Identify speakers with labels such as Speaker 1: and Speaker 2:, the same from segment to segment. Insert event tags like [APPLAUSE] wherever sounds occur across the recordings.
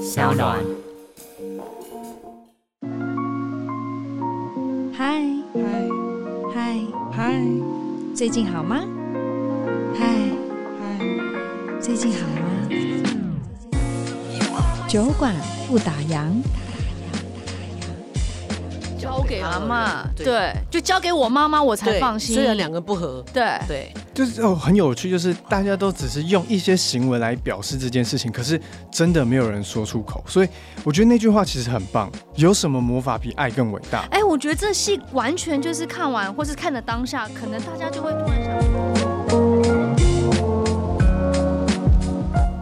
Speaker 1: 小暖。
Speaker 2: 嗨
Speaker 3: 嗨
Speaker 2: 嗨，
Speaker 3: 嗨
Speaker 2: 最近好吗？嗨，
Speaker 3: 嗨，
Speaker 2: 最近好吗？酒馆不打烊，
Speaker 4: 交给阿妈，
Speaker 3: 对
Speaker 4: 对，就交给我妈妈，我才
Speaker 3: 对
Speaker 4: 放心。哎
Speaker 3: 虽然两个不合，
Speaker 4: 对
Speaker 3: 对
Speaker 5: 就是哦，很有趣，就是大家都只是用一些行为来表示这件事情，可是真的没有人说出口，所以我觉得那句话其实很棒。有什么魔法比爱更伟大？
Speaker 4: 哎、我觉得这戏完全就是看完或是看的当下，可能大家就会突然想。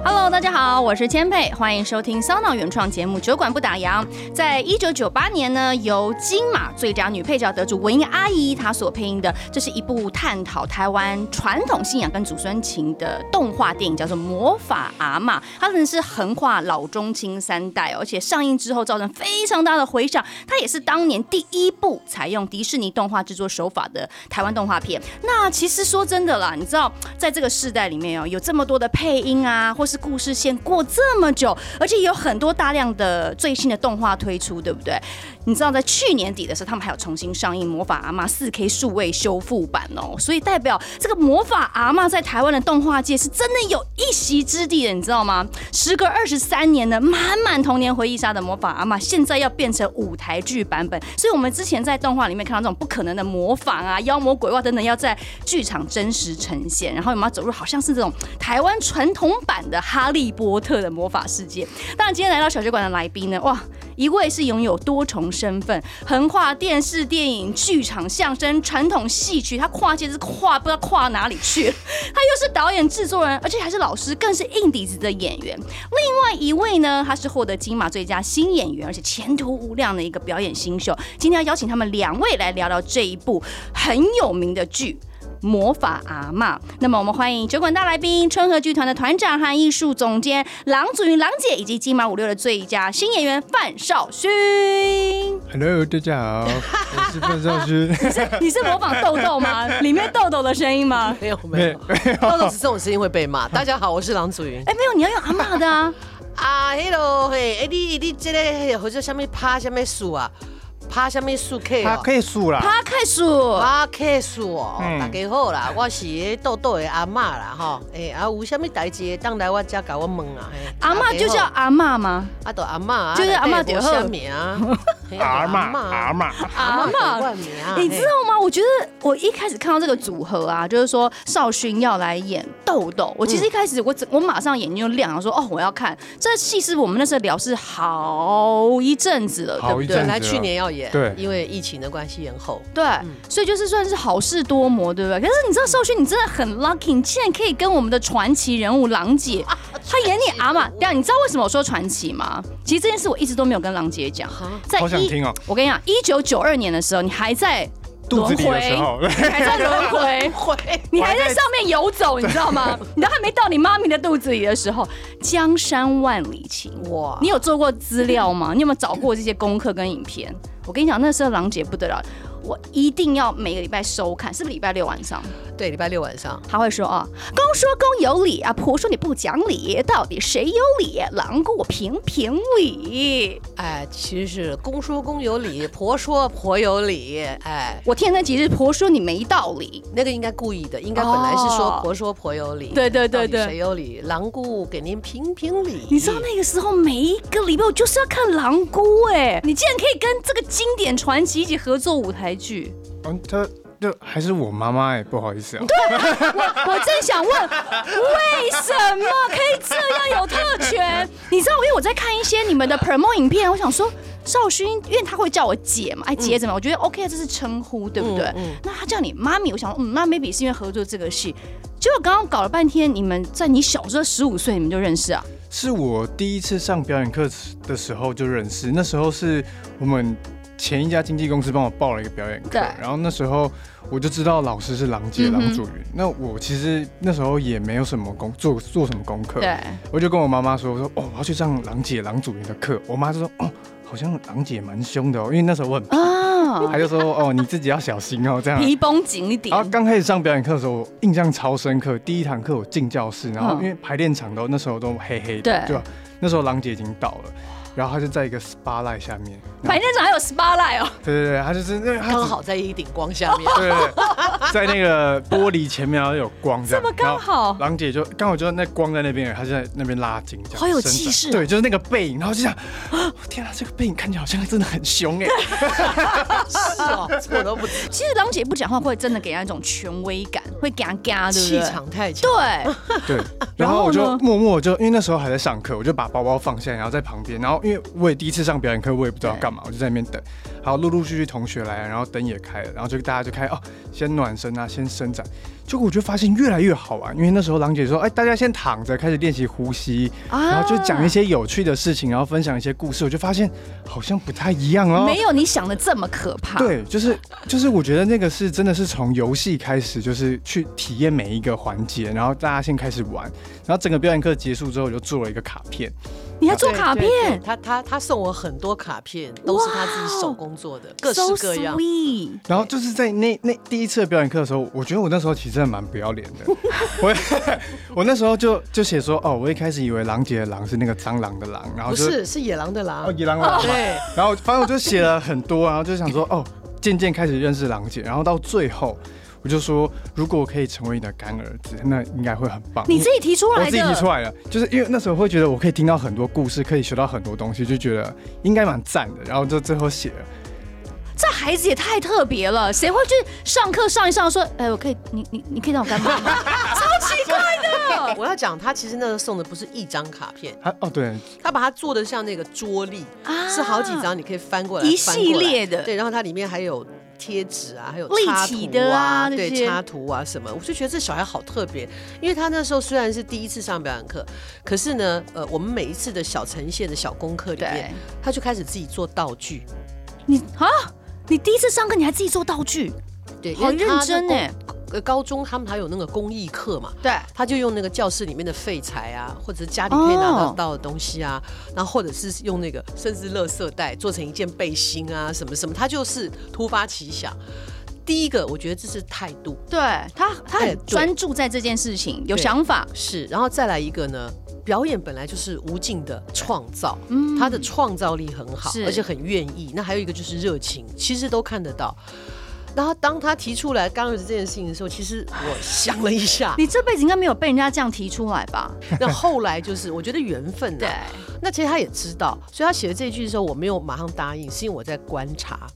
Speaker 4: Hello，大家好，我是千佩，欢迎收听骚脑原创节目《酒馆不打烊》。在一九九八年呢，由金马最佳女配角得主文英阿姨她所配音的，这是一部探讨台湾传统信仰跟祖孙情的动画电影，叫做《魔法阿嬷》，它真的是横跨老中青三代哦，而且上映之后造成非常大的回响，它也是当年第一部采用迪士尼动画制作手法的台湾动画片。那其实说真的啦，你知道，在这个世代里面哦，有这么多的配音啊，或是故事线过这么久，而且也有很多大量的最新的动画推出，对不对？你知道，在去年底的时候，他们还有重新上映《魔法阿妈》4K 数位修复版哦，所以代表这个《魔法阿妈》在台湾的动画界是真的有一席之地的，你知道吗？时隔二十三年呢，满满童年回忆杀的《魔法阿妈》现在要变成舞台剧版本，所以我们之前在动画里面看到这种不可能的模仿啊、妖魔鬼怪等等，要在剧场真实呈现，然后我们要走入好像是这种台湾传统版的《哈利波特》的魔法世界。当然，今天来到小酒馆的来宾呢，哇，一位是拥有多重身份，横跨电视、电影、剧场、相声、传统戏曲，他跨界是跨不知道跨哪里去 [LAUGHS] 了。他又是导演、制作人，而且还是老师，更是硬底子的演员。另外一位呢，他是获得金马最佳新演员，而且前途无量的一个表演新秀。今天要邀请他们两位来聊聊这一部很有名的剧。魔法阿嬷。那么我们欢迎酒馆大来宾春和剧团的团长和艺术总监郎祖云郎姐，以及金马五六的最佳新演员范少勋。
Speaker 5: [LAUGHS] Hello，大家好，我是范少勋。 [LAUGHS]
Speaker 4: 你是模仿豆豆吗？里面豆豆的声音吗？
Speaker 3: 没有没有， [LAUGHS] 到时候这种声音会
Speaker 4: [LAUGHS]
Speaker 3: 被骂。大家好，我是郎祖云
Speaker 4: 哎、没有，你要用阿嬷的啊。
Speaker 3: 啊，Hello 嘿，哎你你这个或者下面趴下面数啊，趴下面数 K
Speaker 5: 他
Speaker 3: 哦。
Speaker 5: 可以数
Speaker 4: [LAUGHS]
Speaker 5: 啦，
Speaker 4: 他开始，我
Speaker 3: 啊，K 数哦，
Speaker 5: 嗯
Speaker 3: 大家好啦，我是豆豆的阿嬷啦吼，哎啊，有啥物代志当来我家甲我问啊。嘿
Speaker 4: 阿嬷就叫阿嬷吗？
Speaker 3: 啊，都阿嬷，
Speaker 4: 就是阿嬷
Speaker 3: 内底
Speaker 4: 就
Speaker 3: 无
Speaker 4: 好
Speaker 3: 啥名，啊
Speaker 5: [LAUGHS]
Speaker 3: 嘿
Speaker 5: 阿
Speaker 3: 就
Speaker 5: 嬷阿嬷，
Speaker 3: 阿
Speaker 4: 阿嬷
Speaker 3: 嬷冠名啊，
Speaker 4: 你知道吗？我觉得我一开始看到这个组合啊，就是说少勋要来演豆豆，我其
Speaker 5: 嗯
Speaker 4: 实一开始我整我马上眼睛就亮了，说哦，我要看这戏是我们那时候聊是好一阵子了，对
Speaker 5: 好
Speaker 4: 不
Speaker 5: 一
Speaker 3: 嘿？本
Speaker 5: 阵
Speaker 4: 对？
Speaker 3: 来去年要演，
Speaker 5: 啊对
Speaker 3: 因为疫情的关系延后。
Speaker 4: 对，
Speaker 5: 嗯
Speaker 4: 所以就是算是好事多磨，对不对？可是你知道少勋，你真的很 lucky，你竟然可以跟我们的传奇人物郎姐，
Speaker 5: 啊
Speaker 4: 她演你阿玛。对啊，你知道为什么我说传奇吗？其实这件事我一直都没有跟郎姐讲，在
Speaker 5: 好想
Speaker 4: 一
Speaker 5: 听哦。
Speaker 4: 我跟你讲，一九九二年的时候，你还在
Speaker 5: [LAUGHS] 肚子里的时候， [LAUGHS]
Speaker 4: 你还在轮回， [LAUGHS] 你还在上面游走，你知道吗？你都还没到你妈咪的肚子里的时候，江山万里情。
Speaker 3: 哇
Speaker 4: 你有做过资料 [LAUGHS] 吗？你有没有找过这些功课跟影片？我跟你讲，那时候郎姐不得了，我一定要每个礼拜收看，是不是礼拜六晚上？
Speaker 3: 对，礼拜六晚上，
Speaker 4: 她会说啊，公说公有理啊，婆说你不讲理，到底谁有理？郎给我评评理。
Speaker 3: 哎，其实是公说公
Speaker 4: [LAUGHS]
Speaker 3: 有理，婆说婆有理，哎，
Speaker 4: 我天那集是婆说你没道理，
Speaker 3: 那个应该故意的，应该本来是
Speaker 4: 哦
Speaker 3: 说婆说婆有理，
Speaker 4: 对对对
Speaker 3: 到底
Speaker 4: 对
Speaker 3: 谁有理？狼姑给您评评理，
Speaker 4: 你知道那个时候每一个礼拜我就是要看《狼姑》哎，你竟然可以跟这个经典传奇一起合作舞台剧，
Speaker 5: 嗯，他就还是我妈妈哎，不好意思啊。
Speaker 4: 我正想问，为什么可以这样有特权？你知道，因为我在看一些你们的 promo 影片，我想说。少勋，因为他会叫我姐嘛，哎姐怎么？我觉得 OK，啊，这是称呼，对不对？那他叫你妈咪，我想说，嗯，那 maybe 是因为合作这个戏。结果刚刚搞了半天，你们在你小时候十五岁你们就认识啊？
Speaker 5: 是我第一次上表演课的时候就认识，那时候是我们前一家经纪公司帮我报了一个表演课
Speaker 4: 对，
Speaker 5: 然后那时候我就知道老师是郎姐
Speaker 4: 嗯哼
Speaker 5: 郎祖云。那我其实那时候也没有什么功做做什么功课，
Speaker 4: 对，
Speaker 5: 我就跟我妈妈说，我说哦，我要去上郎姐郎祖云的课，我妈就说哦。好像昂姐蛮凶的哦，因为那时候我很，
Speaker 4: 啊，
Speaker 5: [LAUGHS] 他就说哦你自己要小心哦这样。
Speaker 4: 皮绷紧一
Speaker 5: 然后
Speaker 4: 点，
Speaker 5: 啊刚开始上表演课的时候，我印象超深刻。第一堂课我进教室，然后
Speaker 4: 嗯
Speaker 5: 因为排练场都那时候都黑黑的，
Speaker 4: 对
Speaker 5: 吧？那时候郎姐已经到了，然后她就在一个 SPA light 下面，然
Speaker 4: 白
Speaker 5: 后
Speaker 4: 天长还有 SPA light 哦，
Speaker 5: 对对对，她就是那她只
Speaker 3: 刚好在一顶光
Speaker 4: [LAUGHS]
Speaker 3: 下面。
Speaker 5: 对对对，在那个玻璃前面然后有光这样，
Speaker 4: 这么刚好
Speaker 5: 然后郎姐就刚好就在那光在那边，她就在那边拉筋，这样
Speaker 4: 好有
Speaker 5: 伸展
Speaker 4: 气势哦
Speaker 5: 对，就是那个背影，然后就想，天啊，这个背影看起来好像真的很凶哎，
Speaker 3: 是哦，这 [LAUGHS] 我都不知
Speaker 4: 其实郎姐不讲话会真的给人一种权威感，会嘎嘎，
Speaker 3: 道，
Speaker 4: 对不
Speaker 3: 气
Speaker 4: 对？
Speaker 3: 场哦太强。
Speaker 4: 对，
Speaker 5: 对，
Speaker 4: 然
Speaker 5: 然
Speaker 4: 后
Speaker 5: 后我就
Speaker 4: 呢
Speaker 5: 默默就因为那时候还在上课，我就把包包放下，然后在旁边，然后因为我也第一次上表演课，我也不知道干嘛，我就在那边等。好，陆陆续续同学来了，然后灯也开了，然后就大家就开哦，先暖身啊，先伸展。结果我就发现越来越好玩，因为那时候郎姐说，哎，大家先躺着，开始练习呼吸，
Speaker 4: 啊
Speaker 5: 然后就讲一些有趣的事情，然后分享一些故事，我就发现好像不太一样哦。
Speaker 4: 没有你想的这么可怕。，
Speaker 5: 对，就是就是，我觉得那个是真的是从游戏开始，就是去体验每一个环节，然后大家先开始玩，然后整个表演课结束之后，我就做了一个卡片，
Speaker 4: 你还做
Speaker 3: 对
Speaker 4: 卡
Speaker 3: 对对
Speaker 4: 片，
Speaker 3: 他他他送我很多卡片，都是他自己手工做的，各式
Speaker 4: so
Speaker 3: 各样。
Speaker 4: sweet。
Speaker 5: 然后就是在那那第一次的表演课的时候，我觉得我那时候其实真的蛮不要脸的， [LAUGHS] 我我那时候就就写说，哦，我一开始以为狼姐的狼是那个蟑螂的狼，然后
Speaker 3: 不，
Speaker 5: 就是
Speaker 3: 是野狼的狼。
Speaker 5: 哦，野狼的狼，
Speaker 3: 对，
Speaker 5: 然后反正我就写了很多，然后就想说，哦，渐渐开始认识郎姐，然后到最后。我就说，如果我可以成为你的干儿子，那应该会很棒。
Speaker 4: 你自己提出
Speaker 5: 我
Speaker 4: 来
Speaker 5: 自己提出
Speaker 4: 的，
Speaker 5: 来了，就是因为那时候会觉得我可以听到很多故事，可以学到很多东西，就觉得应该蛮赞的。然后就最后写了，
Speaker 4: 这孩子也太特别了，谁会去上课上一上说，哎，我可以，你你你可以当我干妈吗？ [LAUGHS] 超奇怪的，
Speaker 3: 我要讲，他其实那个送的不是一张卡片，
Speaker 5: 啊哦对，
Speaker 3: 他把它做的像那个桌历，
Speaker 4: 啊
Speaker 3: 是好几张，你可以翻过来，
Speaker 4: 一
Speaker 3: 翻过来
Speaker 4: 系列的
Speaker 3: 对，然后它里面还有贴纸啊，还有
Speaker 4: 立
Speaker 3: 插
Speaker 4: 体
Speaker 3: 图
Speaker 4: 的啊
Speaker 3: 啊，
Speaker 4: 那
Speaker 3: 对，
Speaker 4: 些
Speaker 3: 插图啊什么，我就觉得这小孩好特别，因为他那时候虽然是第一次上表演课，可是呢，呃，我们每一次的小呈现的小功课里面
Speaker 4: 对，
Speaker 3: 他就开始自己做道具，
Speaker 4: 你啊，你第一次上课你还自己做道具，
Speaker 3: 对，因
Speaker 4: 好
Speaker 3: 为他
Speaker 4: 认
Speaker 3: 的
Speaker 4: 真
Speaker 3: 功
Speaker 4: 哎。
Speaker 3: 呃，高中他们还有那个公益课嘛，
Speaker 4: 对，
Speaker 3: 他就用那个教室里面的废材啊，或者是家里可以拿到
Speaker 4: 哦
Speaker 3: 到的东西啊，然后或者是用那个甚至垃圾袋做成一件背心啊，什么什么，他就是突发奇想。第一个，我觉得这是态度
Speaker 4: 对他，他
Speaker 3: 哎
Speaker 4: 很
Speaker 3: 对
Speaker 4: 专注在这件事情，有
Speaker 3: 对
Speaker 4: 想法，
Speaker 3: 是，然后再来一个呢，表演本来就是无尽的创造，
Speaker 4: 嗯
Speaker 3: 他的创造力很好
Speaker 4: 是，，
Speaker 3: 而且很愿意。那还有一个就是热情，其实都看得到。然后当他提出来干儿子这件事情的时候，其实我想了一下
Speaker 4: 你这辈子应该没有被人家这样提出来吧？
Speaker 3: 那后来就是我觉得缘分、啊，
Speaker 4: 对，
Speaker 3: 那其实他也知道，所以他写的这一句的时候，我没有马上答应，是因为我在观察。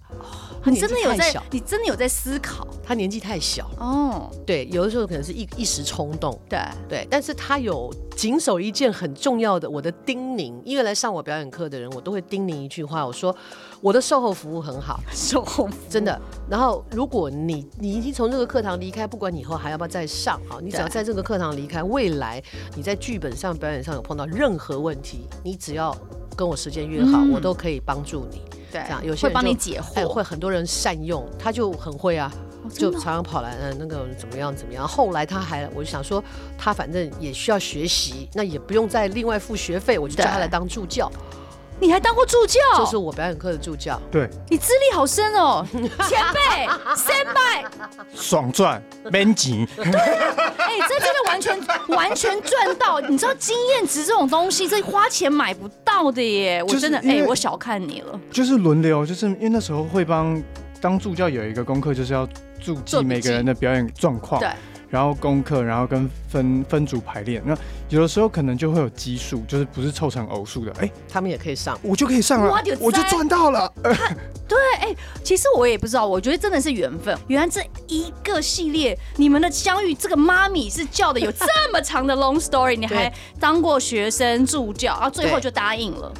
Speaker 3: 他
Speaker 4: 你
Speaker 3: 年
Speaker 4: 哦真的
Speaker 3: 纪
Speaker 4: 有
Speaker 3: 太
Speaker 4: 在
Speaker 3: 小，，
Speaker 4: 你真的有在思考
Speaker 3: 他年纪太小，
Speaker 4: 哦，
Speaker 3: 对，有的时候可能是一一时冲动，
Speaker 4: 对，
Speaker 3: 对，但是他有谨守一件很重要的我的叮咛，因为来上我表演课的人，我都会叮咛一句话，我说我的售后服务很好，
Speaker 4: 手红
Speaker 3: 真的。然后如果你你已经从这个课堂离开，不管你以后还要不要再上啊，你只要
Speaker 4: 对
Speaker 3: 在这个课堂离开，未来你在剧本上、表演上有碰到任何问题，你只要跟我时间约好，
Speaker 4: 嗯
Speaker 3: 我都可以帮助你。
Speaker 4: 对
Speaker 3: 这样有些
Speaker 4: 会
Speaker 3: 人
Speaker 4: 帮
Speaker 3: 就
Speaker 4: 你解惑，
Speaker 3: 哎，会很多人善用，他就很会啊，
Speaker 4: 哦真
Speaker 3: 就
Speaker 4: 的哦
Speaker 3: 常常跑来，嗯，那个怎么样怎么样。后来他还，我就想说，他反正也需要学习，那也不用再另外付学费，我就叫
Speaker 4: 对
Speaker 3: 他来当助教，
Speaker 4: 你还当过助教，
Speaker 3: 这是我表演课的助教。
Speaker 5: 对，
Speaker 4: 你资历好深哦，前辈先辈，
Speaker 5: 爽赚，免钱，
Speaker 4: 哎，这真的完全完全赚到，你知道经验值这种东西，这花钱买不到的耶，我
Speaker 5: 就是
Speaker 4: 真的
Speaker 5: 因
Speaker 4: 哎，
Speaker 5: 为
Speaker 4: 我小看你了，
Speaker 5: 就是轮流，就是因为那时候会帮当助教有一个功课，就是要注
Speaker 4: 做
Speaker 5: 记
Speaker 4: 笔
Speaker 5: 每个
Speaker 4: 记
Speaker 5: 人的表演状况，
Speaker 4: 对，
Speaker 5: 然后功课，然后跟分分组排练。那有的时候可能就会有基数，就是不是凑成偶数的，哎，
Speaker 3: 他们也可以上，
Speaker 5: 我就可以上了
Speaker 4: 我就，
Speaker 5: 我就
Speaker 4: 在
Speaker 5: 赚到
Speaker 4: [LAUGHS]
Speaker 5: 了。
Speaker 4: 对，哎，其实我也不知道，我觉得真的是缘分，原来这一个系列你们的相遇，这个妈咪是叫的有这么长的 long story，你还当过学生助教，然后最后
Speaker 3: 对
Speaker 4: 就答应了，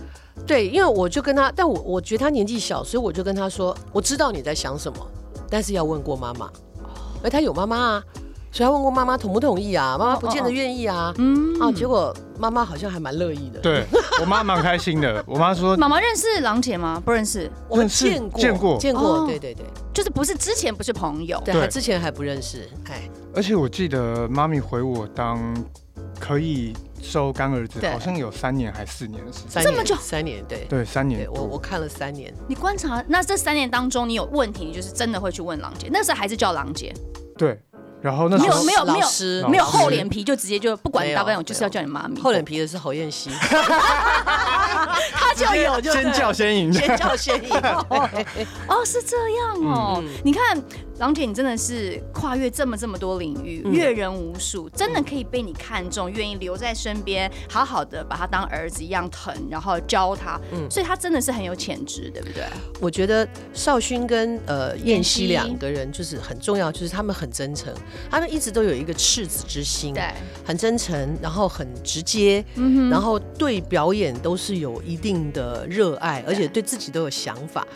Speaker 3: 对，因为我就跟他，但我我觉得他年纪小，所以我就跟他说，我知道你在想什么，但是要问过妈妈，而他有妈妈啊，所以他问过妈妈同不同意啊，妈妈不见
Speaker 4: 哦哦
Speaker 3: 得
Speaker 4: 哦
Speaker 3: 愿意啊，
Speaker 4: 嗯，
Speaker 3: 啊，结果妈妈好像还蛮乐意的，
Speaker 5: 对我妈蛮开心的，我妈说
Speaker 4: 妈妈认识郎姐吗？不认识，
Speaker 3: 我们
Speaker 5: 认识
Speaker 3: 见过
Speaker 5: 见过
Speaker 3: 见
Speaker 4: 哦
Speaker 3: 过，对对对，
Speaker 4: 就是不是之前不是朋友，
Speaker 3: 对，
Speaker 5: 对
Speaker 3: 还之前还不认识，哎，
Speaker 5: 而且我记得妈咪回我当可以收干儿子
Speaker 4: 对
Speaker 5: 好像有三年还四年的时间，
Speaker 3: 三
Speaker 4: 这
Speaker 3: 年
Speaker 4: 么久
Speaker 3: 三年，对
Speaker 5: 对，三年
Speaker 3: 对，我我
Speaker 5: 多。
Speaker 3: 看了三年，
Speaker 4: 你观察那这三年当中，你有问题，你就是真的会去问郎姐。那时候还是叫郎姐，
Speaker 5: 对，然后那
Speaker 4: 没
Speaker 5: 时
Speaker 4: 有
Speaker 5: 候
Speaker 4: 没有没有
Speaker 3: 老师
Speaker 4: 没有
Speaker 5: 老师
Speaker 4: 厚脸皮就直接就不管
Speaker 3: 没
Speaker 4: 你
Speaker 3: 有
Speaker 4: 大不了，我就是
Speaker 3: 哦没
Speaker 4: 要
Speaker 3: 有
Speaker 4: 叫你妈咪。
Speaker 3: 厚脸皮的是侯彦希，
Speaker 4: 他就
Speaker 5: [LAUGHS]
Speaker 4: 有就
Speaker 5: 先叫先赢。
Speaker 3: 先叫先赢，
Speaker 4: 哦，是这样哦。
Speaker 3: 嗯
Speaker 4: 你看，郎姐，你真的是跨越这么这么多领
Speaker 3: 嗯
Speaker 4: 域，阅人无数，真的可以被你看中，愿意留在身边，好好的把他当儿子一样疼，然后教他。
Speaker 3: 嗯
Speaker 4: 所以他真的是很有潜质，对不对？
Speaker 3: 我觉得少勋跟呃燕
Speaker 4: 燕西
Speaker 3: 西两个人就是很重要，就是他们很真诚，他们一直都有一个赤子之心，
Speaker 4: 对，嗯
Speaker 3: 很真诚，然后很直接，然后对表演都是有一定的热爱，而且对自己都有想法。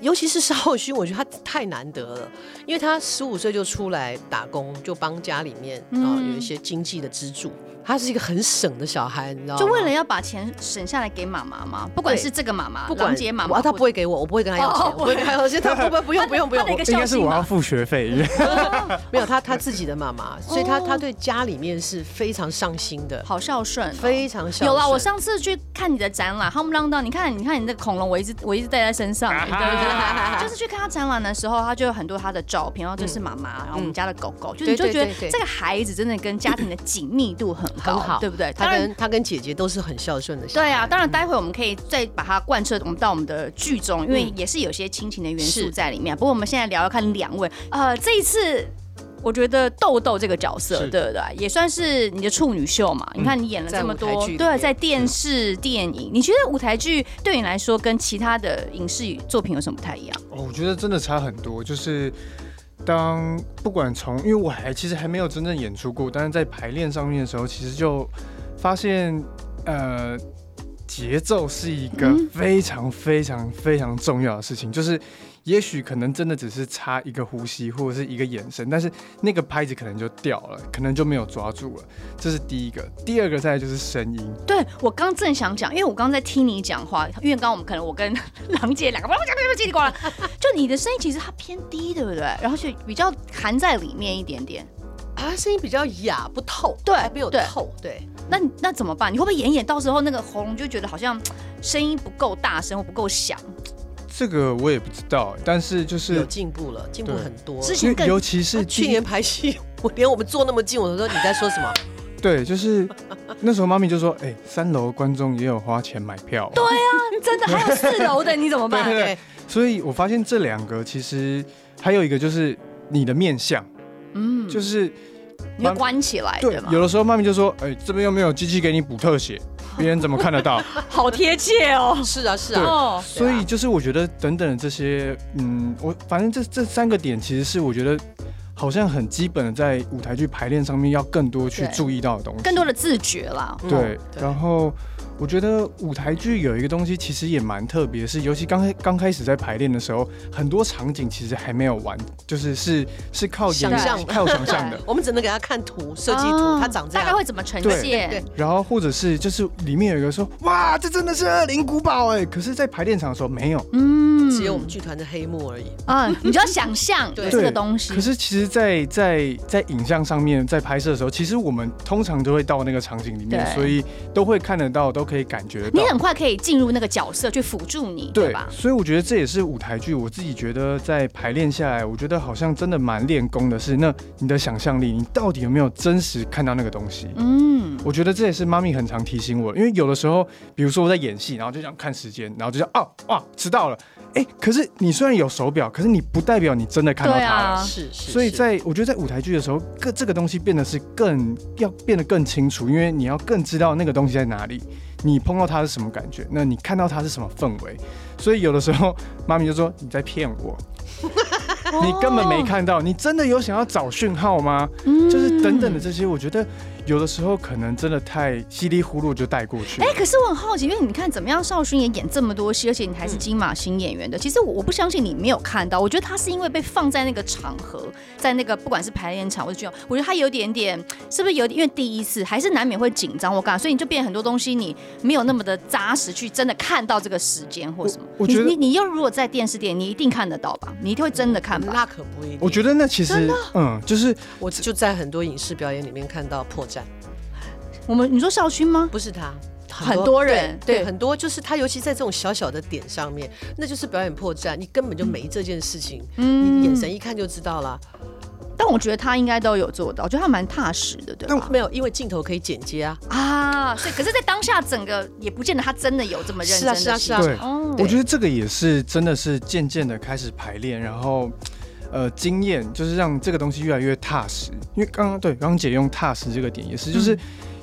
Speaker 3: 尤其是少勋，我觉得他太难得了，因为他十五岁就出来打工，就帮家里面啊、
Speaker 4: 嗯
Speaker 3: 有一些经济的支柱。他是一个很省的小孩，你知道吗？
Speaker 4: 就为了要把钱省下来给妈妈嘛，不管
Speaker 3: 嗯对
Speaker 4: 是这个妈妈，
Speaker 3: 不管
Speaker 4: 郎姐妈
Speaker 3: 我
Speaker 4: 妈，
Speaker 3: 他不会给我，我不会跟他要钱，
Speaker 4: 哦哦
Speaker 3: 我不会跟他要钱。他不不不用不用
Speaker 4: [LAUGHS]
Speaker 3: 不
Speaker 4: 他
Speaker 3: 用
Speaker 4: 的一，个
Speaker 5: 应
Speaker 4: 孝
Speaker 5: 该是
Speaker 4: 心
Speaker 5: 我要
Speaker 4: 嘛。
Speaker 5: 付学费，
Speaker 3: 没有他他自己的妈妈，所以他
Speaker 4: 哦
Speaker 3: 他对家里面是非常上心的，
Speaker 4: 好孝顺哦、
Speaker 3: 非常孝顺。
Speaker 4: 有啦，我上次去看你的展览，夯不啷当，你看，你看你的恐龙，我一直我一直带在身上，
Speaker 5: 啊
Speaker 4: 对对对，就是去看他展览的时候，他就有很多他的照片，然后这是妈妈，然后我们家的狗狗，就是你就
Speaker 3: 嗯对对
Speaker 4: 觉得
Speaker 3: 对对
Speaker 4: 这个孩子真的跟家庭的紧密度很
Speaker 3: 很
Speaker 4: 高，
Speaker 3: 好，
Speaker 4: 对不对？
Speaker 3: 他
Speaker 4: 当然
Speaker 3: 跟他跟姐姐都是很孝顺的小孩。
Speaker 4: 对啊，当然，待会我们可以再把它贯彻我们到我们的剧中，因为也是有些亲情的元素
Speaker 3: 嗯是
Speaker 4: 在里面。不过我们现在聊聊看两位，呃，这一次。我觉得豆豆这个角色，
Speaker 5: 是
Speaker 4: 对不对？也算是你的处女秀嘛。你
Speaker 3: 嗯
Speaker 4: 看你演了这么
Speaker 3: 在舞
Speaker 4: 多
Speaker 3: 台剧，里
Speaker 4: 对，
Speaker 3: 面
Speaker 4: 在电视、电影，你觉得舞台剧对你来说跟其他的影视作品有什么不太一样？
Speaker 5: 哦我觉得真的差很多。就是当不管从，因为我还其实还没有真正演出过，但是在排练上面的时候，其实就发现，呃，节奏是一个
Speaker 4: 嗯
Speaker 5: 非常非常非常重要的事情。就是也许可能真的只是差一个呼吸或者是一个眼神，但是那个拍子可能就掉了，可能就没有抓住了。这是第一个，第二个再来就是声音。
Speaker 4: 对我刚正想讲，因为我刚在听你讲话，因为刚刚我们可能我跟郎姐两个叭叭叭叭叽里呱啦，就你的声音其实它偏低，对不对？然后就比较含在里面一点点。
Speaker 3: 啊，声音比较哑不透，
Speaker 4: 对
Speaker 3: 还没有
Speaker 4: 对
Speaker 3: 透，对。
Speaker 4: 那你那怎么办？你会不会演一演到时候那个喉咙就觉得好像声音不够大声或不够响？
Speaker 5: 这个我也不知道，但是就是
Speaker 3: 有进步了，进步
Speaker 5: 对
Speaker 3: 很多。
Speaker 4: 之前
Speaker 5: 因
Speaker 4: 更啊
Speaker 5: 为尤其是
Speaker 3: 他
Speaker 5: 第
Speaker 3: 去
Speaker 5: 一
Speaker 3: 年排戏，我连我们坐那么近，我都说你在说什么？
Speaker 5: 对，就是那时候妈咪就说：“哎、三楼观众也有花钱买票。”对，
Speaker 4: 真的还有四楼的，你怎么办？
Speaker 5: [LAUGHS] 对
Speaker 3: 哎
Speaker 5: 对所以我发现这两个其实还有一个就是你的面相，
Speaker 4: 嗯，
Speaker 5: 就是
Speaker 4: 你会关起来
Speaker 5: 对
Speaker 4: 对吗，？
Speaker 5: 有的时候妈咪就说：“哎、这边又没有机器给你补特写，别人怎么看
Speaker 4: [LAUGHS]
Speaker 5: 得到
Speaker 4: 好贴切哦。
Speaker 3: 是啊，是
Speaker 5: 对
Speaker 3: 啊，
Speaker 4: 哦？”
Speaker 5: 所以就是我觉得等等这些，嗯，我反正这这三个点其实是我觉得好像很基本的在舞台剧排练上面要更多去
Speaker 4: 对
Speaker 5: 注意到的东西，
Speaker 4: 更多的自觉啦。
Speaker 3: 嗯
Speaker 5: 对，然后我觉得舞台剧有一个东西其实也蛮特别，是尤其刚开刚开始在排练的时候，很多场景其实还没有完，就是是是靠演
Speaker 3: 想象的
Speaker 5: 靠想象
Speaker 4: [LAUGHS]
Speaker 5: 的，
Speaker 3: 我们只能给他看图，设计图，
Speaker 4: 哦
Speaker 3: 他长这
Speaker 4: 大概
Speaker 3: 样。
Speaker 4: 会怎么呈
Speaker 5: 对
Speaker 4: 现？
Speaker 3: 对
Speaker 5: 然后或者是就是里面有一个说哇，这真的是恶灵古堡哎，可是在排练场的时候没有。
Speaker 4: 嗯
Speaker 3: 只有我们剧团的黑幕而已。
Speaker 4: 啊，你就要想象有
Speaker 3: 对
Speaker 4: 这个东西
Speaker 5: 可。是其实在，在在影像上面，在拍摄的时候，其实我们通常都会到那个场景里面
Speaker 4: 对，
Speaker 5: 所以都会看得到，都可以感觉得到。
Speaker 4: 你很快可以进入那个角色去辅助你，对吧？
Speaker 5: 所以我觉得这也是舞台剧，我自己觉得在排练下来，我觉得好像真的蛮练功的是，那你的想象力，你到底有没有真实看到那个东西？
Speaker 4: 嗯，
Speaker 5: 我觉得这也是妈咪很常提醒我，因为有的时候，比如说我在演戏，然后就想看时间，然后就想哦哇迟到了，哎、可是你虽然有手表，可是你不代表你真的看到
Speaker 4: 对
Speaker 5: 它了。
Speaker 4: 啊，
Speaker 3: 是是。
Speaker 5: 所以
Speaker 3: 是
Speaker 5: 在我觉得在舞台剧的时候，更这个东西变得是更要变得更清楚，因为你要更知道那个东西在哪里，你碰到它是什么感觉，那你看到它是什么氛围。所以有的时候 [LAUGHS] 妈咪就说你在骗我，
Speaker 4: 啊哦
Speaker 5: 你根本没看到，你真的有想要找讯号吗？
Speaker 4: 嗯
Speaker 5: 就是等等的。这些，我觉得有的时候可能真的太稀里糊涂就带过去了
Speaker 4: 哎、。可是我很好奇，因为你看怎么样，少勋也演这么多戏，而且你还是金马新演员的。其实我我不相信你没有看到，我觉得他是因为被放在那个场合，在那个不管是排练场或者剧场，我觉得他有点点，是不是有点因为第一次还是难免会紧张或干嘛，所以你就变很多东西你没有那么的扎实去真的看到这个时间或什么。
Speaker 5: 我我觉得
Speaker 4: 你你你又如果在电视店，你一定看得到吧？你一定会真的看吧？
Speaker 3: 那可不一定。
Speaker 5: 我觉
Speaker 3: 得
Speaker 5: 得那其实，嗯，就是
Speaker 3: 我就在很多影视表演里面看到破绽，
Speaker 4: 我们你说少勋吗？
Speaker 3: 不是他。
Speaker 4: 很多人
Speaker 3: 对
Speaker 4: 对
Speaker 3: 很多就是他，尤其在这种小小的点上面，那就是表演破绽，你根本就没这件事情，
Speaker 4: 嗯
Speaker 3: 你眼神一看就知道了。
Speaker 4: 但我觉得他应该都有做到，我觉得他蛮踏实的，对
Speaker 3: 那
Speaker 4: 吧？
Speaker 3: 没有，因为镜头可以剪接啊，
Speaker 4: 啊，所以可是，在当下整个也不见得他真的有这么认
Speaker 3: 是
Speaker 4: 真
Speaker 3: 啊
Speaker 4: 的
Speaker 3: 是啊
Speaker 4: 心
Speaker 3: 是啊
Speaker 5: 对
Speaker 4: 哦
Speaker 5: 我觉得这个也是真的是渐渐的开始排练，然后。呃，经验就是让这个东西越来越踏实，因为刚刚对刚刚姐用踏实这个点也是，
Speaker 4: 嗯
Speaker 5: 就是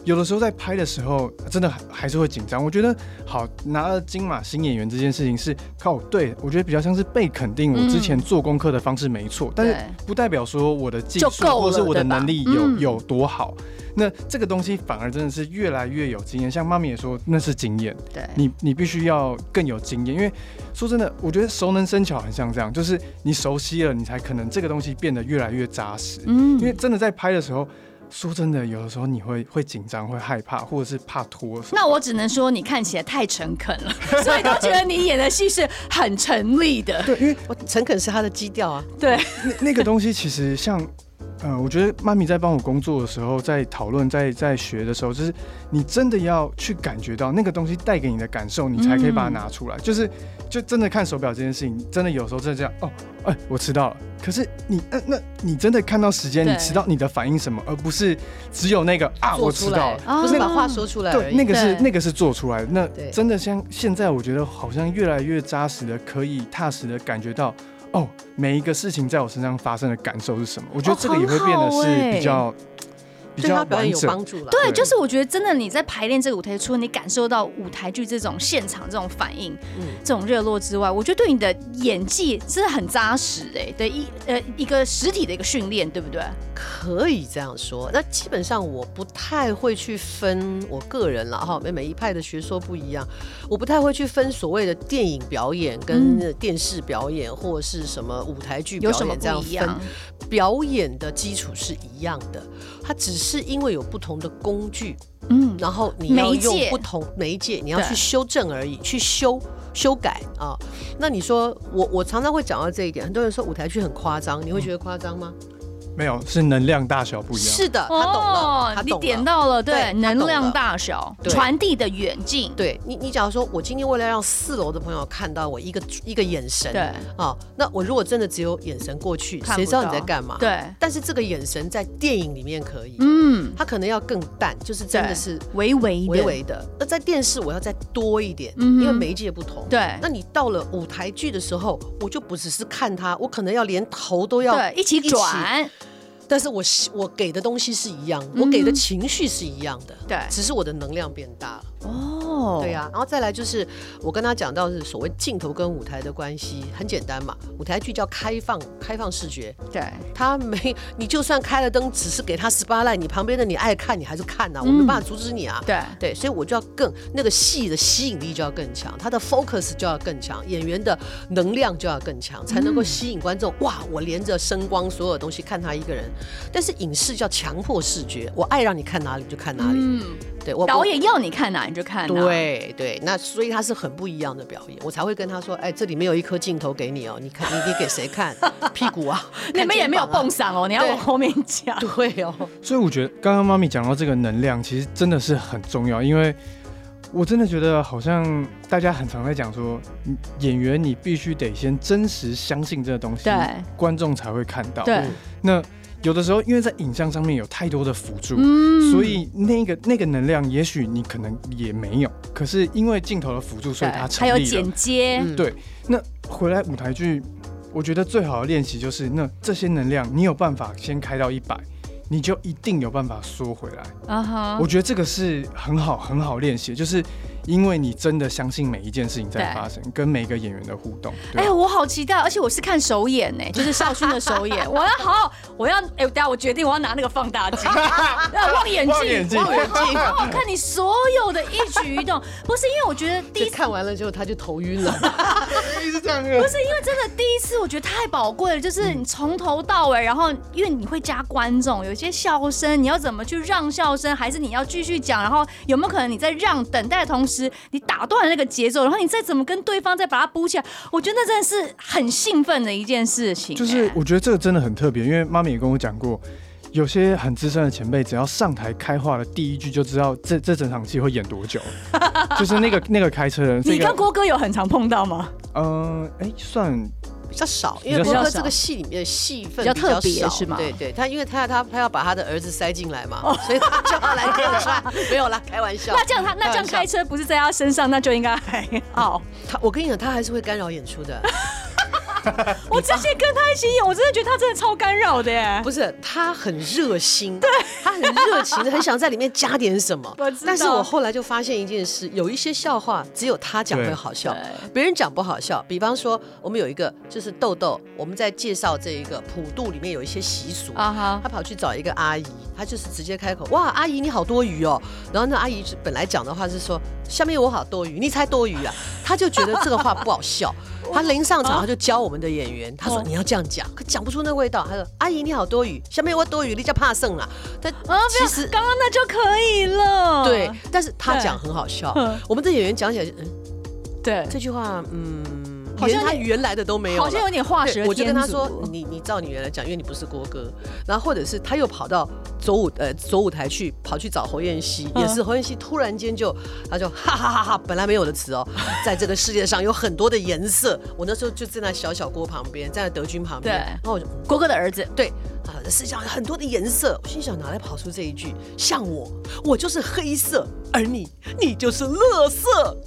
Speaker 5: 有的时候在拍的时候真的还还是会紧张。我觉得好拿了金马新演员这件事情是靠对我觉得比较像是被肯定，我之前做功课的方式没错，但是
Speaker 4: 对
Speaker 5: 不代表说我的技术
Speaker 4: 就够了
Speaker 5: 或是我的
Speaker 4: 对吧
Speaker 5: 能力有
Speaker 4: 嗯
Speaker 5: 有多好。那这个东西反而真的是越来越有经验，像妈咪也说那是经验。
Speaker 4: 对，
Speaker 5: 你你必须要更有经验，因为说真的，我觉得熟能生巧很像这样，就是你熟悉了，你才可能这个东西变得越来越扎实。
Speaker 4: 嗯
Speaker 5: 因为真的在拍的时候，说真的，有的时候你会会紧张、会害怕，或者是怕拖什么。
Speaker 4: 那我只能说你看起来太诚恳
Speaker 3: [LAUGHS]
Speaker 4: 了，所以都觉得你演的戏是很成立的。
Speaker 5: 对，因为
Speaker 3: 我诚恳是他的基调啊，
Speaker 4: 对，
Speaker 5: 那那个东西其实像，呃，我觉得妈咪在帮我工作的时候，在讨论、在在学的时候，就是你真的要去感觉到那个东西带给你的感受，你才可以
Speaker 3: 嗯
Speaker 5: 把它拿出来。就是就真的看手表这件事情，真的有时候真的这样哦，哎、我迟到了。可是你呃那、那你真的看到时间，
Speaker 4: 对
Speaker 5: 你迟到你的反应什么，而不是只有那个啊，我
Speaker 3: 做
Speaker 5: 迟
Speaker 3: 出
Speaker 5: 到
Speaker 3: 来
Speaker 5: 了。
Speaker 3: 不是
Speaker 4: 哦
Speaker 3: 把话说出来而
Speaker 5: 对，
Speaker 3: 已。
Speaker 5: 那个是
Speaker 4: 对
Speaker 5: 那个是做出来的。那
Speaker 3: 对
Speaker 5: 真的像现在，我觉得好像越来越扎实的，可以踏实的感觉到，哦，每一个事情在我身上发生的感受是什么。我觉
Speaker 4: 哦
Speaker 5: 得这个也会
Speaker 4: 很
Speaker 5: 变得
Speaker 4: 好欸
Speaker 5: 是比较、比
Speaker 3: 对他
Speaker 5: 较
Speaker 3: 表演
Speaker 5: 完
Speaker 3: 有
Speaker 5: 整。
Speaker 3: 帮助了。
Speaker 4: 对，
Speaker 5: 对
Speaker 4: 就是我觉得真的你在排练这个舞台，除了你感受到舞台剧这种现场这种反应、
Speaker 3: 嗯
Speaker 4: 这种热络之外，我觉得对你的演技真的很扎实哎、对一呃一个实体的一个训练，对不对？
Speaker 3: 可以这样说。那基本上我不太会去分我个人了哈，每每一派的学说不一样，我不太会去分所谓的电影表演跟
Speaker 4: 嗯
Speaker 3: 呃电视表演或是什么舞台剧
Speaker 4: 有
Speaker 3: 表
Speaker 4: 什么
Speaker 3: 演
Speaker 4: 不
Speaker 3: 这样
Speaker 4: 一
Speaker 3: 分
Speaker 4: 样？
Speaker 3: 表演的基础是一样的，它只是因为有不同的工具，
Speaker 4: 嗯，
Speaker 3: 然后你要
Speaker 4: 媒介
Speaker 3: 用不同媒介，你要
Speaker 4: 对
Speaker 3: 去修正而已，去修修改啊。那你说我我常常会讲到这一点，很多人说舞台剧很夸张，你
Speaker 4: 嗯
Speaker 3: 会觉得夸张吗？
Speaker 5: 没有，是能量大小不一样。
Speaker 3: 是的，他懂了，他
Speaker 4: 哦你
Speaker 3: 懂
Speaker 4: 点
Speaker 3: 了。
Speaker 4: 到了，
Speaker 3: 对
Speaker 4: 对，
Speaker 3: 他懂
Speaker 4: 能量
Speaker 3: 了
Speaker 4: 大小、
Speaker 3: 对
Speaker 4: 传递的远近，
Speaker 3: 对你，你假如说我今天为了让四楼的朋友看到我一个一个眼神，
Speaker 4: 对
Speaker 3: 啊，那我如果真的只有眼神过去，
Speaker 4: 看不
Speaker 3: 谁知道你
Speaker 4: 到
Speaker 3: 在干嘛？。
Speaker 4: 对，
Speaker 3: 但是这个眼神在电影里面可以，
Speaker 4: 嗯，
Speaker 3: 他可能要更淡，就是真
Speaker 4: 对
Speaker 3: 的是
Speaker 4: 微微的，
Speaker 3: 微微的。那在电视我要再多一点，
Speaker 4: 嗯哼
Speaker 3: 因为媒介不同。。
Speaker 4: 对
Speaker 3: 那。你到了舞台剧的时候，我就不只是看他，我可能要连头都要
Speaker 4: 对，一起转，
Speaker 3: 但是我希我给的东西是一样，我给的情绪是一样的，
Speaker 4: 嗯对
Speaker 3: 只是我的能量变大了。
Speaker 4: 哦，
Speaker 3: 对啊呀、然后再来就是我跟他讲到是所谓镜头跟舞台的关系，很简单嘛，舞台剧叫开放开放视觉，
Speaker 4: 对，
Speaker 3: 他没你就算开了灯，只是给他十八 t 你旁边的你爱看你还是看呐、啊我没办法阻止你啊。
Speaker 4: 嗯对，
Speaker 3: 对，所以我就要更那个戏的吸引力就要更强，他的 focus 就要更强，演员的能量就要更强，才
Speaker 4: 嗯
Speaker 3: 能够吸引观众。哇，我连着声光所有东西看他一个人，但是影视叫强迫视觉，我爱让你看哪里就看哪里。
Speaker 4: 嗯，
Speaker 3: 对我
Speaker 4: 导。演要你看哪你就看
Speaker 3: 我
Speaker 1: 啊
Speaker 4: 哪，，
Speaker 3: 对对，那所以他是很不一样的表演，我才会跟他说，哎，这里面有一颗镜头给你哦，你看你你给谁
Speaker 1: [LAUGHS]
Speaker 3: 看？屁股啊，
Speaker 4: 你们也没有
Speaker 3: 看
Speaker 4: 蹦
Speaker 3: 肩
Speaker 4: 嗓哦，你要往后面讲，
Speaker 3: 膀啊， [LAUGHS] 对
Speaker 1: [LAUGHS]
Speaker 3: 哦，
Speaker 5: 所以我觉得刚刚妈咪讲到这个能量，其实真的是很重要，因为我真的觉得好像大家很常在讲说，嗯演员你必须得先真实相信这个东西
Speaker 4: 对，
Speaker 5: 观众才会看到。
Speaker 4: 对，
Speaker 5: 那有的时候，因为在影像上面有太多的辅助，
Speaker 4: 嗯
Speaker 5: 所以那个那个能量，也许你可能也没有，可是因为镜头的辅助，所以它
Speaker 4: 还
Speaker 5: 成
Speaker 4: 有
Speaker 5: 立了。
Speaker 4: 剪
Speaker 1: 哎
Speaker 4: 接，
Speaker 3: 嗯
Speaker 5: 对，那回来舞台剧，我觉得最好的练习就是，那这些能量你有办法先开到一百，你就一定有办法缩回来。
Speaker 4: 啊哈
Speaker 5: 我，觉得这个是很好很好练习，就是因为你真的相信每一件事情在
Speaker 4: 对
Speaker 5: 发生，跟每个演员的互动。对
Speaker 4: 哎
Speaker 5: 啊 [LAUGHS]
Speaker 4: 呀，我好期待，而且我是看首演呢，就是少勋的首演，
Speaker 5: [LAUGHS]
Speaker 4: 我要好，我要，哎，等下我决定我要拿那个放大镜，要望远
Speaker 5: 望远
Speaker 4: 镜，
Speaker 5: 镜
Speaker 4: 望远
Speaker 5: [LAUGHS]
Speaker 4: 镜，好好看你所有的一举一动，不是因为我觉得
Speaker 5: [LAUGHS]
Speaker 4: 第一
Speaker 3: 就看完了之后他就头晕了。
Speaker 1: [LAUGHS]
Speaker 5: 是这样
Speaker 4: 不是因为真的第一次，我觉得太宝贵了，就是你从头到尾，然后因为你会加观众，有一些笑声，你要怎么去让笑声，还是你要继续讲，然后有没有可能你在让等待的同时，你打断了那个节奏，然后你再怎么跟对方再把它补起来，我觉得那真的是很兴奋的一件事情、
Speaker 5: 就是
Speaker 4: 哎
Speaker 5: 我觉得这个真的很特别，因为妈咪也跟我讲过，有些很资深的前辈，只要上台开话的第一句就知道这这整场戏会演多久，就是那个那个开车人，这
Speaker 1: 你
Speaker 5: 个
Speaker 1: 跟郭哥有很常碰到吗？
Speaker 5: 嗯，哎、算
Speaker 3: 比较少，因
Speaker 5: 比
Speaker 3: 为
Speaker 5: 较
Speaker 3: 郭
Speaker 1: 少
Speaker 3: 哥这个戏里面的戏
Speaker 1: 比
Speaker 3: 份
Speaker 1: 较
Speaker 3: 比较
Speaker 1: 特别
Speaker 3: 少
Speaker 1: 是吗哦
Speaker 3: 对对，他因为他他他要把他的儿子塞进来嘛，所以他就要来客
Speaker 1: [LAUGHS]
Speaker 3: 串，没有啦，开玩笑。嗯
Speaker 1: 那这样他那这样
Speaker 3: 开
Speaker 1: 开
Speaker 3: 玩笑
Speaker 1: 车不是在他身上，那就应该还好。
Speaker 3: 他，我跟你讲，他还是会干扰演出的。
Speaker 1: 我之前跟他一起演，我真的觉得他真的超干扰的耶。
Speaker 3: 不是，他很热心，对，他很热情的，很想在里面加点什么。
Speaker 1: 我知道
Speaker 3: 但是我后来就发现一件事，有一些笑话只有他讲会好笑，别人讲不好笑。比方说，我们有一个就是豆豆，我们在介绍这一个普渡里面有一些习俗
Speaker 4: 啊哈，
Speaker 3: 他跑去找一个阿姨，他就是直接开口，哇，阿姨你好多余哦。然后那阿姨是本来讲的话是说，下面我好多余，你才多余啊。他就觉得这个话不
Speaker 1: [LAUGHS]
Speaker 3: 好笑，他临上场他就教我们的演员，他说
Speaker 1: 哦
Speaker 3: 你要这样讲，可讲不出那味道。他说阿姨你好多余，下面我多余，你叫怕剩啊。但
Speaker 1: 啊，不
Speaker 3: 其
Speaker 1: 要，
Speaker 3: 实
Speaker 1: 刚刚那就可以了。
Speaker 3: 对，但是他
Speaker 1: 对
Speaker 3: 讲很
Speaker 1: [LAUGHS]
Speaker 3: 好笑
Speaker 1: 嗯，
Speaker 3: 我们的演员讲起来就，嗯，
Speaker 1: 对，
Speaker 3: 这句话，嗯，
Speaker 1: 好像
Speaker 3: 连他
Speaker 1: 有
Speaker 3: 原来的都没有了，
Speaker 1: 好像有点化
Speaker 3: 对
Speaker 1: 学。
Speaker 3: 我就跟他说，你你照你原来讲，因为你不是郭哥，然后或者是他又跑到左舞呃左舞台去，跑去找侯彦西，
Speaker 1: 嗯
Speaker 3: 也是侯彦西突然间就他就哈哈哈哈，本来没有的词哦，在这个世界上有很多的颜色。我那时候就站在小小郭旁边，站在德军旁边，
Speaker 4: 对
Speaker 3: 然后我就
Speaker 4: 郭哥的儿子，
Speaker 3: 对啊，这世界上有很多的颜色，我心想哪来跑出这一句？像我，我就是黑色，而你，你就是乐色。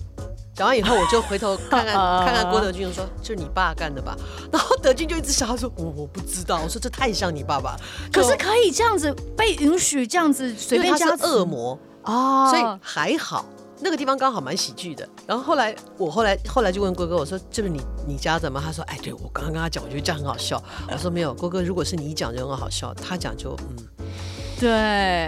Speaker 3: 讲完以后，我就回头
Speaker 4: [LAUGHS]
Speaker 3: 看看
Speaker 1: 啊
Speaker 3: 看看郭德军，我说就是你爸干的吧？然后德军就一直笑，他说我我不知道，我说这太像你爸爸，
Speaker 4: 可
Speaker 3: 就是
Speaker 4: 可以这样子被允许这样子随
Speaker 3: 因为
Speaker 4: 便
Speaker 3: 他
Speaker 4: 加
Speaker 3: 是恶魔，
Speaker 4: 哦，
Speaker 3: 所以还好。那个地方刚好蛮喜剧的，然后后来我后来后来就问郭哥，我说这不是你你家的吗？他说哎，对我刚刚跟他讲，我觉得这样很好笑。我说没有，郭哥，如果是你讲就很好笑，他讲就嗯
Speaker 1: 对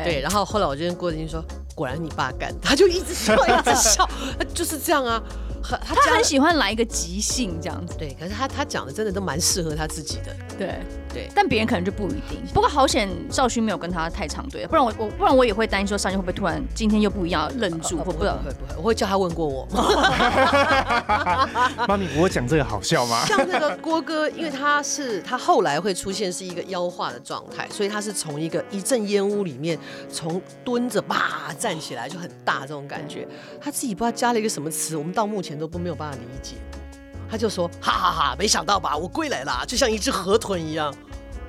Speaker 3: 对，然后后来我就跟郭德纲说，果然你爸干，他就一直笑一直笑，他就是这样啊。很他
Speaker 1: 他
Speaker 3: 加
Speaker 1: 很
Speaker 3: 了
Speaker 1: 喜欢来一个即兴这样子。
Speaker 3: 对，可是他他讲的真的都蛮适合他自己的。
Speaker 1: 对
Speaker 3: 对
Speaker 1: 但别人可能就不一定。
Speaker 4: 不过好险，少勋没有跟他太长队，不然我我不然我也会担心说少勋会不会突然今天又不一样愣住，
Speaker 3: 哦
Speaker 4: 或不
Speaker 3: 不会不会不会，我会叫他问过 [LAUGHS] 我。
Speaker 5: 妈咪，我讲这个好笑吗？
Speaker 3: 像那个郭哥，因为他是他后来会出现是一个妖化的状态，所以他是从一个一阵烟雾里面从蹲着吧站起来就很大这种感觉。他自己不知道加了一个什么词，我们到目前都不没有办法理解。他就说哈哈哈，没想到吧，我归来啦，就像一只河豚一样。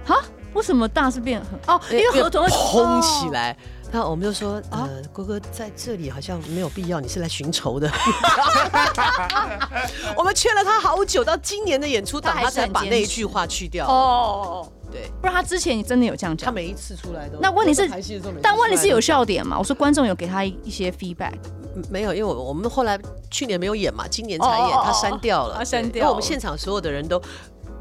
Speaker 1: 哈，为什么大是变很？哦，因为河豚会
Speaker 3: 轰起。来。那我们就说，呃，郭哥在这里好像没有必要，你是来寻仇的。我们劝了他好久，到今年的演出档，
Speaker 4: 他还
Speaker 3: 他
Speaker 4: 是
Speaker 3: 才
Speaker 4: 很
Speaker 3: 把
Speaker 4: 坚
Speaker 3: 那一
Speaker 4: 持
Speaker 3: 句话去掉。
Speaker 1: 哦哦，哦
Speaker 3: 对，
Speaker 4: 不然他之前真的有这样
Speaker 3: 他
Speaker 4: 讲。
Speaker 3: 每一次出来都。
Speaker 4: 那问题是
Speaker 3: 都排戏的时候每次
Speaker 4: 但问题
Speaker 3: 出
Speaker 4: 是
Speaker 3: 来
Speaker 4: 有
Speaker 3: 都
Speaker 4: 笑点嘛？我说观众有给他一一些 feedback，
Speaker 3: 嗯没有？因为我我们后来去年没有演嘛，今年才
Speaker 1: 哦
Speaker 3: 演，
Speaker 1: 哦哦
Speaker 3: 他删掉了。
Speaker 1: 他删
Speaker 3: 对
Speaker 1: 掉
Speaker 3: 因为我们
Speaker 1: 了
Speaker 3: 现场所有的人都。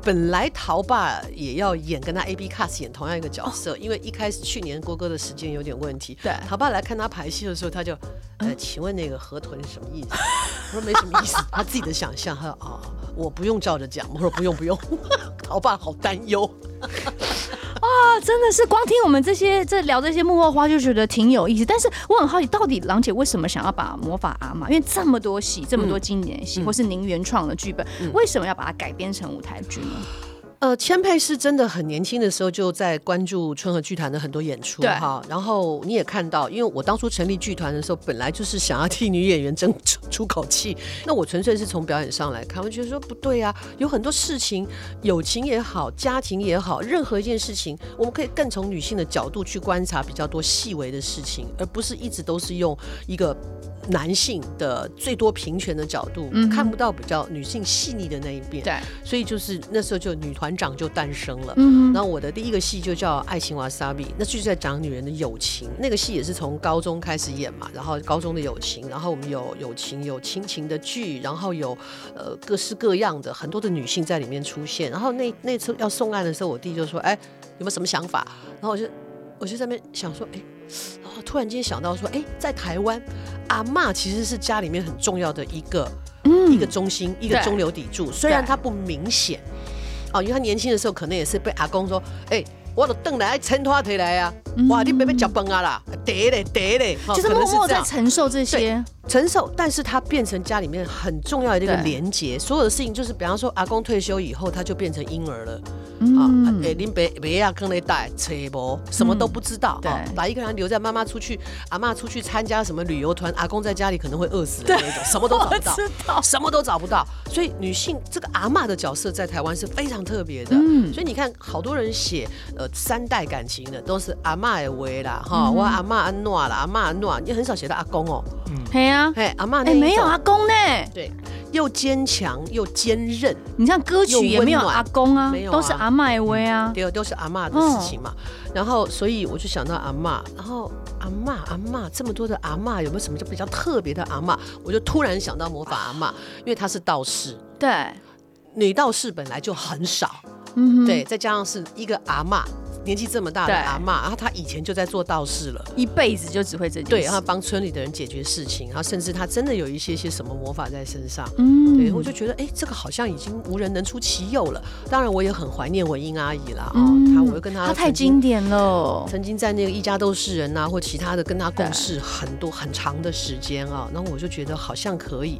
Speaker 3: 本来陶爸也要演跟他 A B cast 演同样一个角色，因为一开始去年郭哥的时间有点问题，
Speaker 4: 对
Speaker 3: 陶爸来看他排戏的时候，他就，呃，请问那个河豚是什么意思？ [LAUGHS] 我说没什么意思，他自己的想象。他说哦，我不用照着讲。我说不用不用。 [LAUGHS] 陶爸好担忧。
Speaker 4: 啊，真的是光听我们这些这聊这些幕后花就觉得挺有意思。但是我很好奇，到底郎姐为什么想要把魔法阿玛，因为这么多戏，这么多经典
Speaker 3: 嗯
Speaker 4: 戏，或是您原创的剧本，为什么要把它改编成舞台剧呢？
Speaker 3: 呃，千佩是真的很年轻的时候就在关注春和剧团的很多演出，
Speaker 4: 对
Speaker 3: 哈。然后你也看到，因为我当初成立剧团的时候，本来就是想要替女演员争出出口气。那我纯粹是从表演上来看，我觉得说不对啊，有很多事情，友情也好，家庭也好，任何一件事情，我们可以更从女性的角度去观察比较多细微的事情，而不是一直都是用一个男性的最多平权的角度，看不到比较女性细腻的那一面。
Speaker 4: 对，
Speaker 3: 所以就是那时候就女团长就诞生了。
Speaker 4: 嗯
Speaker 3: 然后我的第一个戏就叫《爱情瓦萨比》，那就是在讲女人的友情。那个戏也是从高中开始演嘛，然后高中的友情，然后我们有友情、有亲情的剧，然后有呃各式各样的很多的女性在里面出现。然后那那次要送案的时候，我弟就说：“哎，有没有什么想法？”然后我就我就在那边想说：“哎。”然后突然间想到说，哎，在台湾，阿嬷其实是家里面很重要的一个、一个中心，一个
Speaker 4: 嗯对
Speaker 3: 中流砥柱。虽然她不明显，哦，因为她年轻的时候可能也是被阿公说，哎、我的凳来撑拖腿来啊，哇，你别别脚崩啊啦，得嘞得嘞，哦
Speaker 4: 就是
Speaker 3: 可能
Speaker 4: 默嗯默
Speaker 3: 这
Speaker 4: 在
Speaker 3: 样
Speaker 4: 承受这些。
Speaker 3: 承受，但是他变成家里面很重要的一个
Speaker 4: 对
Speaker 3: 连结，所有的事情就是，比方说阿公退休以后，他就变成婴儿了，啊
Speaker 2: 嗯，，
Speaker 3: 哎，林北北亚跟那带车博，什么都不知道，
Speaker 4: 对
Speaker 3: 啊把一个人留在妈妈出去，阿妈出去参加什么旅游团，阿公在家里可能会饿死的那种，什么
Speaker 4: [LAUGHS]
Speaker 3: 都找不到，哦什么都找不到。所以女性这个阿妈的角色在台湾是非常特别的，
Speaker 2: 嗯
Speaker 3: 所以你看好多人写呃三代感情的都是阿妈的为啦，
Speaker 4: 嗯
Speaker 3: 哈，我阿妈安诺啦，阿妈安诺，你很少写到阿公哦，
Speaker 4: 嘿啊，
Speaker 3: 哎，阿妈那
Speaker 4: 哎，
Speaker 3: 一
Speaker 4: 没有
Speaker 3: 种
Speaker 4: 阿，公呢，
Speaker 3: 对，又坚强又坚韧。
Speaker 4: 你像歌曲也没有阿公啊
Speaker 3: 又温暖没，有啊嗯
Speaker 4: 都是阿麦威啊，
Speaker 3: 对，都是阿嬷的事情嘛。
Speaker 4: 哦
Speaker 3: 然后，所以我就想到阿嬷，然后阿嬷阿嬷这么多的阿嬷，有没有什么就比较特别的阿嬷？我就突然想到魔法阿嬷，因为她是道士，
Speaker 4: 对，
Speaker 3: 女道士本来就很少，
Speaker 4: 嗯哼
Speaker 3: 对，，再加上是一个阿嬷，年纪这么大的
Speaker 4: 对
Speaker 3: 阿嬷，然后她以前就在做道士了。
Speaker 4: 一辈子就只会这件
Speaker 3: 对，
Speaker 4: 事
Speaker 3: 然后帮村里的人解决事情，然后甚至她真的有一些些什么魔法在身上，
Speaker 4: 嗯
Speaker 3: 对，我就觉得哎、诶这个好像已经无人能出其右了。当然，我也很怀念文英阿姨啦，哦，她我又跟她
Speaker 4: 他嗯太
Speaker 3: 曾经
Speaker 4: 经典了，
Speaker 3: 曾经在那个一家都是人呐、啊或其他的跟他
Speaker 4: 对
Speaker 3: 共事很多很长的时间啊，然后我就觉得好像可以。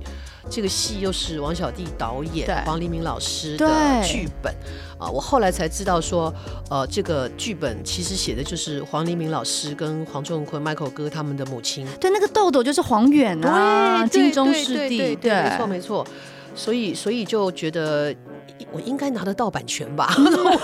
Speaker 3: 这个戏又是王小弟导演
Speaker 4: 对、
Speaker 3: 王黎明老师的
Speaker 4: 对
Speaker 3: 剧本啊，我后来才知道说，呃，这个剧本其实写的就是黄黎明老师跟黄仲坤、Michael 哥他们的母亲
Speaker 4: 对，那个豆豆就是黄远啊，
Speaker 3: 对
Speaker 4: 金钟
Speaker 3: 对
Speaker 4: 师
Speaker 3: 对
Speaker 4: 弟，
Speaker 3: 对对对没错没错。所以所以就觉得我应该拿得到版权
Speaker 4: [LAUGHS]
Speaker 3: 吧，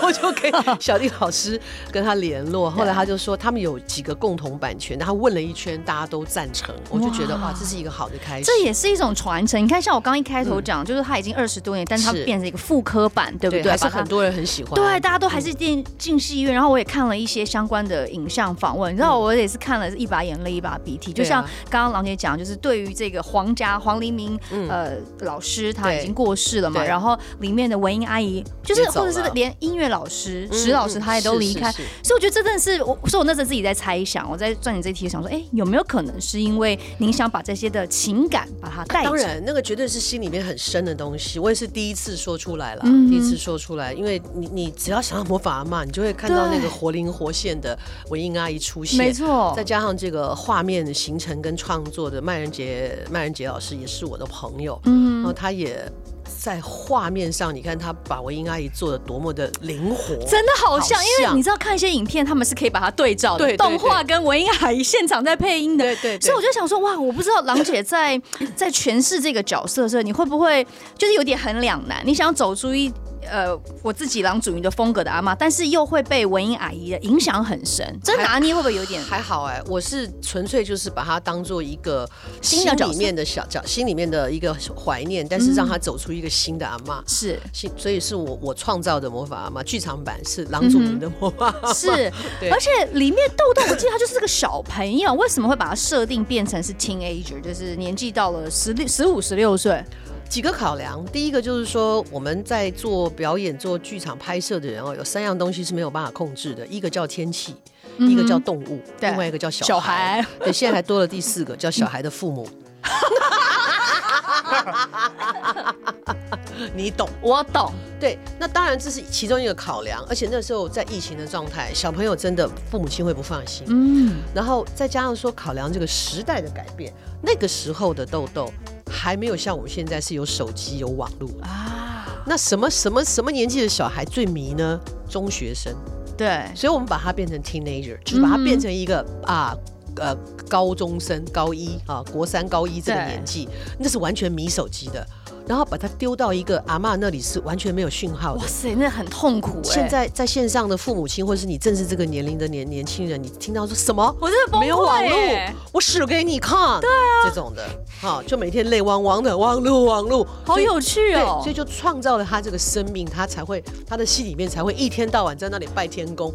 Speaker 3: 我就跟小丽老师跟他联络。后来他就说他们有几个共同版权，然后问了一圈，大家都赞成，我就觉得哇，这是一个好的开始。
Speaker 4: 这也是一种传承。你看，像我刚一开头讲，就是他已经二十多年，但是他
Speaker 3: 是
Speaker 4: 变成一个复刻版，对不
Speaker 3: 对，
Speaker 4: 对？
Speaker 3: 还是
Speaker 4: 把它
Speaker 3: 很多人嗯很喜欢。
Speaker 4: 对，大家都还是进进戏院，然后我也看了一些相关的影像访问，你知道，我也是看了一把眼泪一把鼻涕。就
Speaker 3: 嗯对啊
Speaker 4: 像刚刚郎姐讲，就是对于这个黄家黄黎明、呃老师，他已
Speaker 3: 对
Speaker 4: 经过世了嘛，
Speaker 3: 嗯对
Speaker 4: 然后里面的文英阿姨，就是
Speaker 3: 也走
Speaker 4: 或者是
Speaker 3: 了
Speaker 4: 连音乐老师
Speaker 3: 嗯
Speaker 4: 石老师，
Speaker 3: 嗯
Speaker 4: 他也都
Speaker 3: 是
Speaker 4: 离
Speaker 3: 是
Speaker 4: 开。
Speaker 3: 是
Speaker 4: 所以我觉得这真的是我，所以我那时候自己在猜想，我在转你这题，想说，哎，有没有可能是因为您想把这些的情感把它带
Speaker 3: 当
Speaker 4: 着？
Speaker 3: 然，那个绝对是心里面很深的东西。我也是第一次说出来了，
Speaker 4: 嗯
Speaker 3: 第一次说出来，因为你你只要想要模仿阿嬷，你就会看到那个活灵活现的文英阿姨出现。
Speaker 4: 没错
Speaker 3: 再，加上这个画面的形成跟创作的麦仁杰，麦仁杰老师也是我的朋友，嗯，然后他也。在画面上，你看他把文英阿姨做的多么的灵活，
Speaker 4: 真的好像，
Speaker 3: 好
Speaker 4: 因为
Speaker 3: 像
Speaker 4: 你知道看一些影片，他们是可以把它对照的，
Speaker 3: 对对
Speaker 4: 动画跟文英阿 [LAUGHS] 姨现场在配音的，
Speaker 3: 对对对
Speaker 4: 所以我就想说，哇，我不知道郎姐在在诠释这个角色的时候，你会不会就是有点很两难？你想走出一。呃，我自己郎祖云的风格的阿妈，但是又会被文英阿姨的影响很深，这拿捏会不会有点？
Speaker 3: 还好哎、我是纯粹就是把它当做一个
Speaker 4: 新
Speaker 3: 心
Speaker 4: 的角色
Speaker 3: 里面的小角，心里面的一个怀念，但是让他走出一个新的阿妈。
Speaker 4: 是
Speaker 3: 新，所以是我我创造的魔法阿妈剧场版是郎祖云的魔法阿 [LAUGHS] 嬷
Speaker 4: 是，
Speaker 3: 对
Speaker 4: 而且里面豆豆，我记得他就是个小朋友，为什么会把他设定变成是 teenager，就是年纪到了十六、十五、十六岁？
Speaker 3: 几个考量，第一个就是说我们在做表演、做剧场拍摄的人哦，有三样东西是没有办法控制的，一个叫天气，一个叫动物，
Speaker 4: 对
Speaker 3: 另外一个叫嗯小
Speaker 4: 小
Speaker 3: 孩。
Speaker 4: 孩
Speaker 3: 对，现在还多了第四个叫小孩的父母。 [LAUGHS] 你懂
Speaker 4: 我懂，
Speaker 3: 对，那当然这是其中一个考量，而且那时候在疫情的状态，小朋友真的父母亲会不放心，
Speaker 4: 嗯。
Speaker 3: 然后再加上说考量这个时代的改变，那个时候的豆豆还没有像我们现在是有手机有网络
Speaker 4: 啊，
Speaker 3: 那什么什么什么年纪的小孩最迷呢？中学生，
Speaker 4: 对，
Speaker 3: 所以我们把它变成 teenager，就是把它变成一个、啊。呃，高中生高一啊，国三高一这个
Speaker 4: 对
Speaker 3: 年纪，那是完全迷手机的，然后把它丢到一个阿嬷那里是完全没有讯号的
Speaker 4: 哇。塞，那很痛苦哎、
Speaker 3: 现在在线上的父母亲，或是你正是这个年龄的年年轻人，你听到说什么？
Speaker 4: 我真的崩
Speaker 3: 没有网
Speaker 4: 溃欸
Speaker 3: 络
Speaker 4: 耶，
Speaker 3: 我使给你看，对啊，这种的啊，就每天泪汪汪的，网络网络，
Speaker 4: 好
Speaker 3: 所以
Speaker 4: 有趣哦
Speaker 3: 对，所以就创造了他这个生命，他才会他的心里面才会一天到晚在那里拜天公，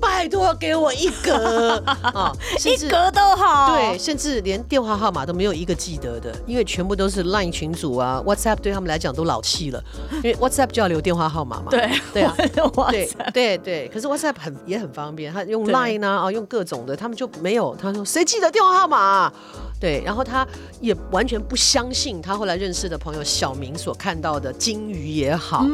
Speaker 3: 拜托给我一格啊，甚
Speaker 4: 一哦
Speaker 3: 至
Speaker 4: 格都好，
Speaker 3: 对，，甚至连电话号码都没有一个记得的，因为全部都是 LINE 群组啊，WhatsApp 对他们来讲都老气了，因为 WhatsApp 就要留电话号码嘛。
Speaker 4: 对
Speaker 3: 对啊
Speaker 4: 我的 [LAUGHS] 哇
Speaker 3: 对
Speaker 4: 塞，
Speaker 3: 对对，可是 WhatsApp 很也很方便，他用
Speaker 4: 对
Speaker 3: Line 啊，啊用各种的，他们就没有。他说谁记得电话号码啊、对，然后他也完全不相信他后来认识的朋友小明所看到的金鱼也好，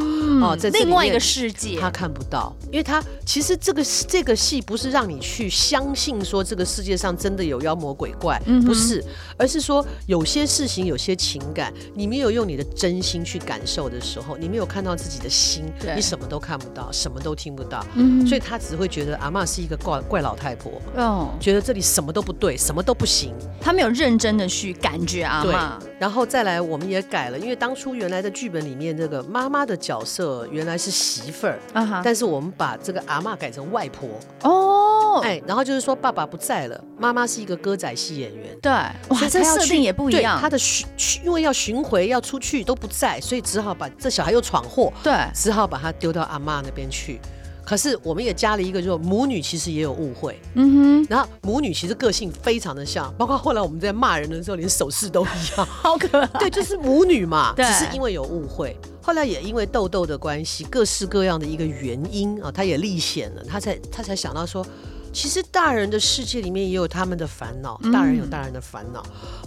Speaker 3: 哦，在这里
Speaker 4: 嗯另外一个
Speaker 3: 面
Speaker 4: 世界
Speaker 3: 他，看不到，因为他其实这个这个戏不是让你去相信说这个世界上真的有妖魔鬼怪，
Speaker 4: 嗯
Speaker 3: 不是，而是说有些事情、有些情感，你没有用你的真心去感受的时候，你没有看到自己的心
Speaker 4: 对，
Speaker 3: 你什么都看不到，什么都听不到，
Speaker 4: 嗯
Speaker 3: 所以他只会觉得阿嬷是一个怪怪老太婆，
Speaker 4: 哦，
Speaker 3: 觉得这里什么都不对，什么都不行。
Speaker 4: 他没有认真的去感觉阿
Speaker 3: 对
Speaker 4: 妈，，
Speaker 3: 然后再来我们也改了，因为当初原来的剧本里面这个妈妈的角色原来是媳妇儿。
Speaker 4: 啊哈，
Speaker 3: 但是我们把这个阿嬷改成外婆，
Speaker 4: 哦，
Speaker 3: 哎，然后就是说爸爸不在了，妈妈是一个歌仔戏演员，
Speaker 4: 对，哇，
Speaker 3: 所以
Speaker 4: 这
Speaker 3: 她要
Speaker 4: 设
Speaker 3: 去
Speaker 4: 定也不一
Speaker 3: 对
Speaker 4: 样
Speaker 3: 她，的巡巡因为要巡回要出去都不在，所以只好把这小孩又闯祸，
Speaker 4: 对，
Speaker 3: 只好把他丢到阿嬷那边去。可是我们也加了一个，就是母女其实也有误会，
Speaker 4: 嗯哼，
Speaker 3: 然后母女其实个性非常的像，包括后来我们在骂人的时候，连手势都一样。
Speaker 4: 好可 [LAUGHS] 爱，
Speaker 3: 对，就是母女嘛，
Speaker 4: 对
Speaker 3: 只是因为有误会，后来也因为豆豆的关系，各式各样的一个原因啊，他也历险了，他才他才想到说。其实大人的世界里面也有他们的烦恼，大人有大人的烦恼，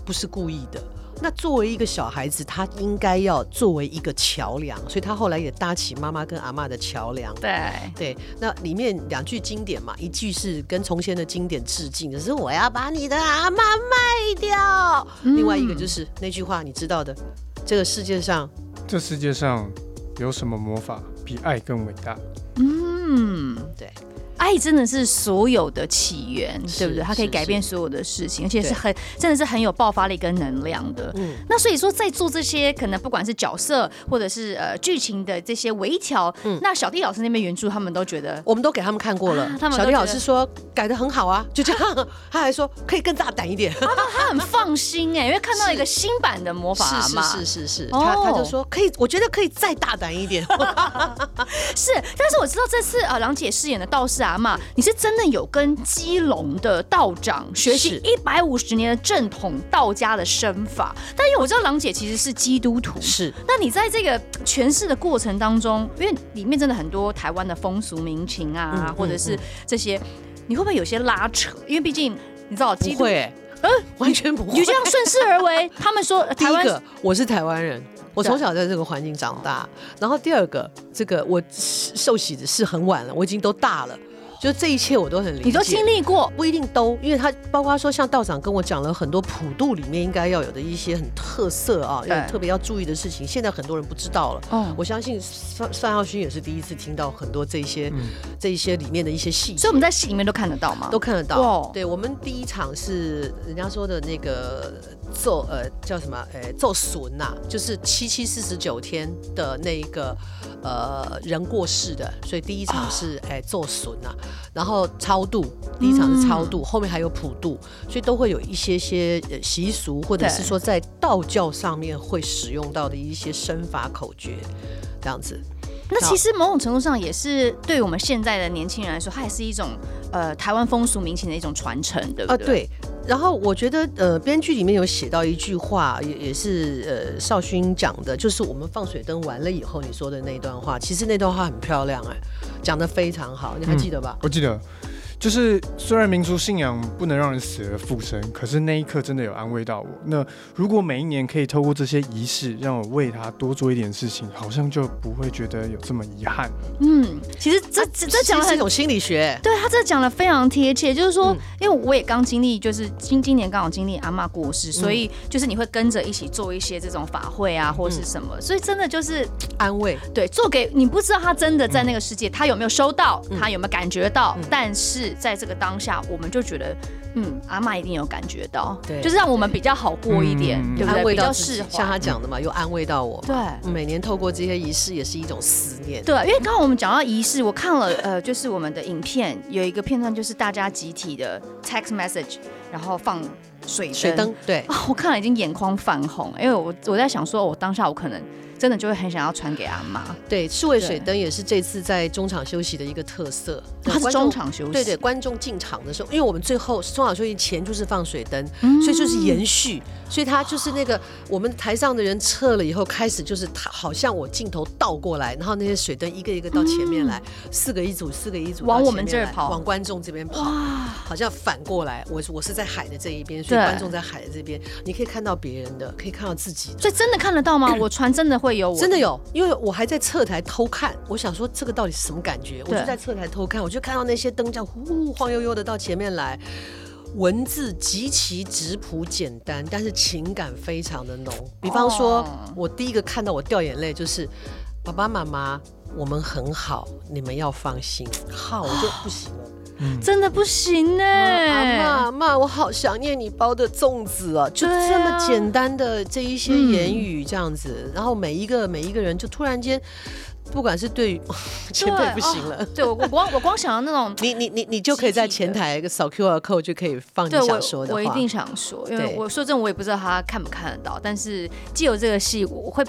Speaker 3: 不是故意的。那作为一个小孩子，他应该要作为一个桥梁，所以他后来也搭起妈妈跟阿嬷的桥梁。
Speaker 4: 对，
Speaker 3: 对，那里面两句经典嘛，一句是跟从前的经典致敬，就是我要把你的阿妈卖掉；另外一
Speaker 4: 嗯
Speaker 3: 个就是那句话，你知道的，这个世界上
Speaker 5: 这世界上有什么魔法比爱更伟大？
Speaker 4: 嗯，
Speaker 3: 对。
Speaker 4: 爱真的是所有的起源，
Speaker 3: 是
Speaker 4: 对不对？它可以
Speaker 3: 是
Speaker 4: 改变所有的事情，而且是很真的是很有爆发力跟能量的。
Speaker 3: 嗯
Speaker 4: 那所以说，在做这些可能不管是角色或者是呃剧情的这些微调，那小弟老师那边原著他们都觉得
Speaker 3: 我们都给他们看过了。
Speaker 4: 啊他们
Speaker 3: 小
Speaker 4: 都
Speaker 3: 弟
Speaker 4: 觉
Speaker 3: 老
Speaker 4: 得
Speaker 3: 师说改的很好啊，就这样。 [LAUGHS] 他还说可以更大胆
Speaker 4: [LAUGHS]
Speaker 3: 一点。
Speaker 4: 他很放心哎、因为看到一个新版的魔法阿
Speaker 3: 是
Speaker 4: 嬷
Speaker 3: 是是是是，
Speaker 4: 哦
Speaker 3: 他他就说可以，我觉得可以再大胆
Speaker 4: [LAUGHS]
Speaker 3: 一点。
Speaker 4: 是，但是我知道这次呃，郎姐饰演的道士阿嬷，你是真的有跟基隆的道长学习
Speaker 3: 是
Speaker 4: 一百五十年的正统道家的身法，但因为我知道郎姐其实是基督徒，
Speaker 3: 是
Speaker 4: 那你在这个诠释的过程当中，因为里面真的很多台湾的风俗民情啊，
Speaker 3: 嗯
Speaker 4: 或者是这些，你会不会有些拉扯？因为毕竟你知道，
Speaker 3: 不
Speaker 4: 基督，
Speaker 3: 会，完全不
Speaker 4: 嗯你就
Speaker 3: 会
Speaker 4: 这。样顺势而为。他们说呃
Speaker 3: [LAUGHS] 第
Speaker 4: 台
Speaker 3: 一
Speaker 4: 湾
Speaker 3: 个，我是台湾人，我
Speaker 4: 对啊
Speaker 3: 从小在这个环境长大。然后第二个，这个我受洗的是很晚了，我已经都大了，就这一切我都很理解。
Speaker 4: 你都经历过，
Speaker 3: 不一定都，因为他包括说像道长跟我讲了很多普渡里面应该要有的一些很特色啊，
Speaker 4: 对
Speaker 3: 要特别要注意的事情，现在很多人不知道了。
Speaker 4: 嗯
Speaker 3: 我相信范范浩勋也是第一次听到很多这些、这一些里面的一些细
Speaker 4: 所以
Speaker 3: 节
Speaker 4: 我。们在戏里面都看得到吗？
Speaker 3: 都看得
Speaker 4: 哇
Speaker 3: 到，对我们第一场是人家说的那个咒呃叫什么呃咒损呐、就是七七四十九天的那个呃人过世的，所以第一场是哎、咒损呐、然后超度，第一
Speaker 4: 嗯
Speaker 3: 场是超度，后面还有普渡，所以都会有一些些呃习俗，或者是
Speaker 4: 对
Speaker 3: 说在道教上面会使用到的一些身法口诀，这样子。
Speaker 4: 那其实某种程度上也是对我们现在的年轻人来说，它也是一种呃台湾风俗民情的一种传承，对不
Speaker 3: 啊，
Speaker 4: 对？
Speaker 3: 对。然后我觉得，呃，编剧里面有写到一句话，也也是呃少勋讲的，就是我们放水灯完了以后你说的那段话，其实那段话很漂亮哎、讲的非常好，你还记得吧？
Speaker 4: 嗯
Speaker 5: 我记得，就是虽然民族信仰不能让人死而复生，可是那一刻真的有安慰到我。那如果每一年可以透过这些仪式，让我为他多做一点事情，好像就不会觉得有这么遗憾了。
Speaker 4: 嗯，其实这这这讲了
Speaker 3: 啊其实是
Speaker 4: 很
Speaker 3: 一种心理学，
Speaker 4: 对他这讲的非常贴切，就是说
Speaker 3: 嗯，
Speaker 4: 因为我也刚经历，就是今今年刚好经历阿嬷过世，所以
Speaker 3: 嗯
Speaker 4: 就是你会跟着一起做一些这种法会啊，或是什么，所以真的就是
Speaker 3: 安慰。
Speaker 4: 对做给你不知道他真的在那个世界，他有没有收到，
Speaker 3: 嗯
Speaker 4: 他有没有感觉到
Speaker 3: 嗯，
Speaker 4: 但是在这个当下，我们就觉得，嗯，阿嬷一定有感觉到，
Speaker 3: 对
Speaker 4: 就是让我们比较好过一点，
Speaker 5: 嗯
Speaker 4: 对不
Speaker 3: 安
Speaker 4: 对？
Speaker 3: 慰
Speaker 4: 比较
Speaker 3: 到自己
Speaker 4: 释
Speaker 3: 像
Speaker 4: 怀，
Speaker 3: 他讲的嘛，又安慰到我。
Speaker 4: 对。
Speaker 3: 每年透过这些仪式，也是一种思念。
Speaker 4: 对，啊因为刚刚我们讲到仪式，我看了呃，就是我们的影片有一个片段，就是大家集体的 text message，然后放水灯。
Speaker 3: 水灯，对，
Speaker 4: 啊、我看了已经眼眶泛红，因为我我在想说，我当下我可能真的就会很想要传给阿妈，
Speaker 3: 对，刺猬
Speaker 4: 对
Speaker 3: 水灯也是这次在中场休息的一个特色。
Speaker 4: 它是
Speaker 3: 观众
Speaker 4: 中场休息，
Speaker 3: 对对，，观众进场的时候，因为我们最后中场休息前就是放水灯，
Speaker 4: 嗯
Speaker 3: 所以就是延续，所以他就是那个我们台上的人撤了以后，开始就是他好像我镜头倒过来，然后那些水灯一个一个到前面来，四个一组，四个一
Speaker 4: 嗯
Speaker 3: 组
Speaker 4: 往
Speaker 3: 到
Speaker 4: 我
Speaker 3: 前
Speaker 4: 们
Speaker 3: 面
Speaker 4: 这儿
Speaker 3: 来
Speaker 4: 跑
Speaker 3: 往观众这边跑，好像反过来，我是我是在海的这一边，所以
Speaker 4: 对
Speaker 3: 观众在海这边，你可以看到别人的，可以看到自己的。
Speaker 4: 所以真的看得到
Speaker 3: [COUGHS]
Speaker 4: 吗？我船真的会有我，
Speaker 3: 真的有，因为我还在侧台偷看，我想说这个到底是什么感觉？我
Speaker 4: 对
Speaker 3: 就在侧台偷看，我就看到那些灯这样呼呼晃悠悠的到前面来，文字极其质朴简单，但是情感非常的浓。比方说，
Speaker 4: 哦
Speaker 3: 我第一个看到我掉眼泪就是爸爸妈妈，我们很好，你们要放心。好，我就不行了。
Speaker 4: 真的不行呢、
Speaker 3: 啊阿妈，妈，我好想念你包的粽子啊！就
Speaker 4: 对
Speaker 3: 这么
Speaker 4: 啊
Speaker 3: 简单的这一些言语，这样子，然后每一个每一个人就突然间，不管是对于 [LAUGHS] 前辈
Speaker 4: 对
Speaker 3: 不行了。
Speaker 4: 对哦我我光我光想到那
Speaker 3: [LAUGHS]
Speaker 4: 种
Speaker 3: 你你你你就可以在前台扫 QR code 就可以放你
Speaker 4: 对我
Speaker 3: 想说的话。
Speaker 4: 我一定想说，因为
Speaker 3: 对
Speaker 4: 我说真的，我也不知道他看不看得到，但是既有这个戏，我会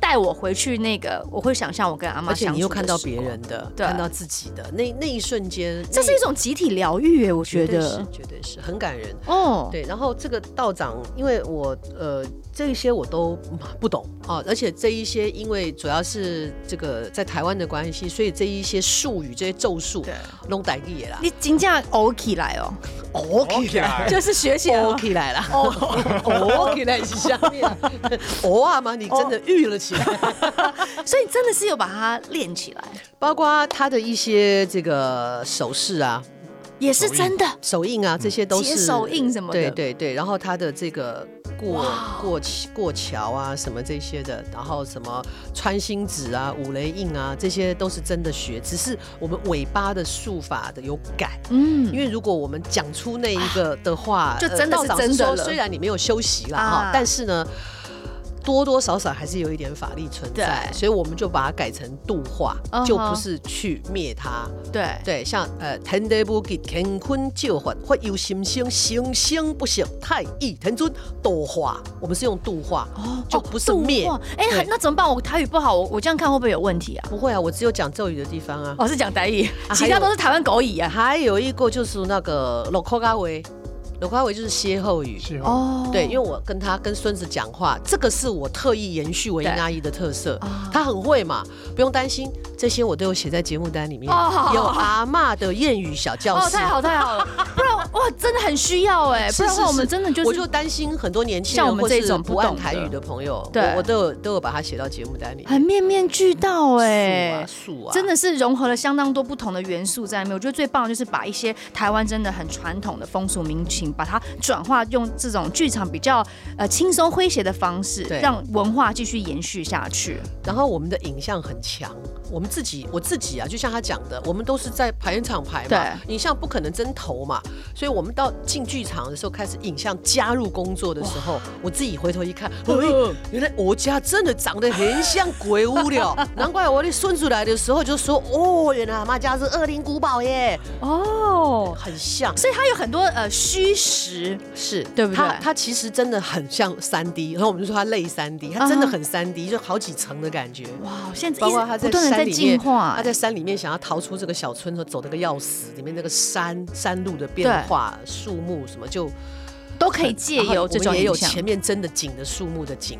Speaker 4: 带我回去那个，我会想象我跟阿妈
Speaker 3: 而且
Speaker 4: 相
Speaker 3: 你
Speaker 4: 处，
Speaker 3: 又看到别，人的，
Speaker 4: 对
Speaker 3: 看到自己的那那一瞬间，
Speaker 4: 这是一种集体疗愈耶，我
Speaker 3: 那
Speaker 4: 觉
Speaker 3: 一绝对是
Speaker 4: 得，
Speaker 3: 绝对是很感人。
Speaker 4: 哦，
Speaker 3: 对，然后这个道长，因为我呃这一些我都嗯不懂啊，而且这一些因为主要是这个在台湾的关系，所以这一些术语、这些咒术
Speaker 4: 对
Speaker 3: 弄歹地也啦
Speaker 4: 你金价呕起来哦，
Speaker 3: ，OK 啦。 [LAUGHS]
Speaker 1: 就是学起来了。
Speaker 3: 起来了，哦，起来是下面， [LAUGHS] 哦啊嘛，你真的育了起来。 [LAUGHS]
Speaker 4: 所以真的是有把它练起来，
Speaker 3: 包括他的一些这个手势啊、
Speaker 4: 也是真的，
Speaker 3: 手印啊，这些都
Speaker 4: 解
Speaker 3: 是
Speaker 4: 手印什么的
Speaker 3: 对对对，然后他的这个过过桥过桥啊，什么这些的，然后什么穿心指啊、五雷印啊，这些都是真的学，只是我们尾巴的术法的有改。
Speaker 4: 嗯啊
Speaker 3: 因，为如果我们讲出那一个的话，
Speaker 4: 就
Speaker 3: 呃
Speaker 4: 真的
Speaker 3: 道
Speaker 4: 是
Speaker 3: 长
Speaker 4: 真的
Speaker 3: 说
Speaker 4: 了
Speaker 3: 虽然你没有休息啦，
Speaker 4: 啊
Speaker 3: 哈，但是呢，多多少少还是有一点法力存在，
Speaker 4: 对
Speaker 3: 所以我们就把它改成度化
Speaker 4: 嗯哼，
Speaker 3: 就不是去灭它。
Speaker 4: 对，
Speaker 3: 对，像呃，天地不吉，乾坤就法，或有心生，行星不行，太乙天尊度化，我们是用度化，
Speaker 4: 哦
Speaker 3: 就不是灭
Speaker 4: 动画哎、
Speaker 3: 对
Speaker 4: 那怎么办？我台语不好，我我这样看会不会有问题啊？哦
Speaker 3: 不会啊，我只有讲咒语的地方啊。
Speaker 4: 我、是讲台语，
Speaker 3: 啊
Speaker 4: 其他都是台湾狗语啊。
Speaker 3: 还有一个就是那个洛克嘎维，洛克嘎维就是歇后语。
Speaker 5: 是哦，
Speaker 4: 哦
Speaker 3: 对，因为我跟他跟孙子讲话，这个是我特意延续文英
Speaker 4: 对
Speaker 3: 阿姨的特色
Speaker 4: 啊，
Speaker 3: 她很会嘛，不用担心，这些我都有写在节目单里面
Speaker 4: 哦，
Speaker 3: 有阿嬷的谚语小教
Speaker 4: 哦，
Speaker 3: 室。
Speaker 4: 太好太
Speaker 3: [LAUGHS]
Speaker 4: 好了，不然哇，真的很需要哎，不
Speaker 3: 是
Speaker 4: 然的话
Speaker 3: 是
Speaker 4: 我们
Speaker 3: 是
Speaker 4: 真的就是
Speaker 3: 我就担心很多年轻
Speaker 4: 像
Speaker 3: 人
Speaker 4: 我们
Speaker 3: 或
Speaker 4: 这
Speaker 3: 是
Speaker 4: 种不
Speaker 3: 不按
Speaker 4: 懂
Speaker 3: 台
Speaker 4: 的
Speaker 3: 语的朋友，
Speaker 4: 对
Speaker 3: 我我都有都有把它写到节目单里面。
Speaker 4: 很面面俱到
Speaker 3: 素
Speaker 4: 哎
Speaker 3: 啊，素啊，
Speaker 4: 真的是融合了相当多不同的元素在里面。我觉得最棒的就是把一些台湾真的很传统的风俗民情，把它转化用这种剧场比较呃轻松诙谐的方式，
Speaker 3: 对
Speaker 4: 让文化继续延续下去。
Speaker 3: 然后我们的影像很强，我们自己我自己啊，就像他讲的，我们都是在排练场排嘛，影像不可能真投嘛，所以我们到进剧场的时候开始影像加入工作的时候，我自己回头一看，
Speaker 4: 嗯
Speaker 3: 哎，原来我家真的长得很像鬼屋
Speaker 4: [LAUGHS]
Speaker 3: 了，难怪我的孙子来的时候就说，哦，原来阿妈家是恶灵古堡耶，
Speaker 4: 哦，
Speaker 3: 很像，
Speaker 4: 所以它有很多呃虚实，
Speaker 3: 是
Speaker 4: 对不对
Speaker 3: 它它其实真的很像三 D，然后我们就说它类三 D，它真的
Speaker 4: 啊哈
Speaker 3: 很三 D，就好几层的感觉。
Speaker 4: 哇，现在
Speaker 3: 包
Speaker 4: 一
Speaker 3: 括他
Speaker 4: 直
Speaker 3: 在
Speaker 4: 不断的
Speaker 3: 山
Speaker 4: 在
Speaker 3: 里
Speaker 4: 进
Speaker 3: 面，
Speaker 4: 化
Speaker 3: 他，在山里面想要逃出这个小村落，走那个要死，里面那个山山路的变化、树木什么就
Speaker 4: 都可以借
Speaker 3: 然后
Speaker 4: 由这
Speaker 3: 我们
Speaker 4: 种
Speaker 3: 也有
Speaker 4: 影像。
Speaker 3: 前面真的景的树木的景，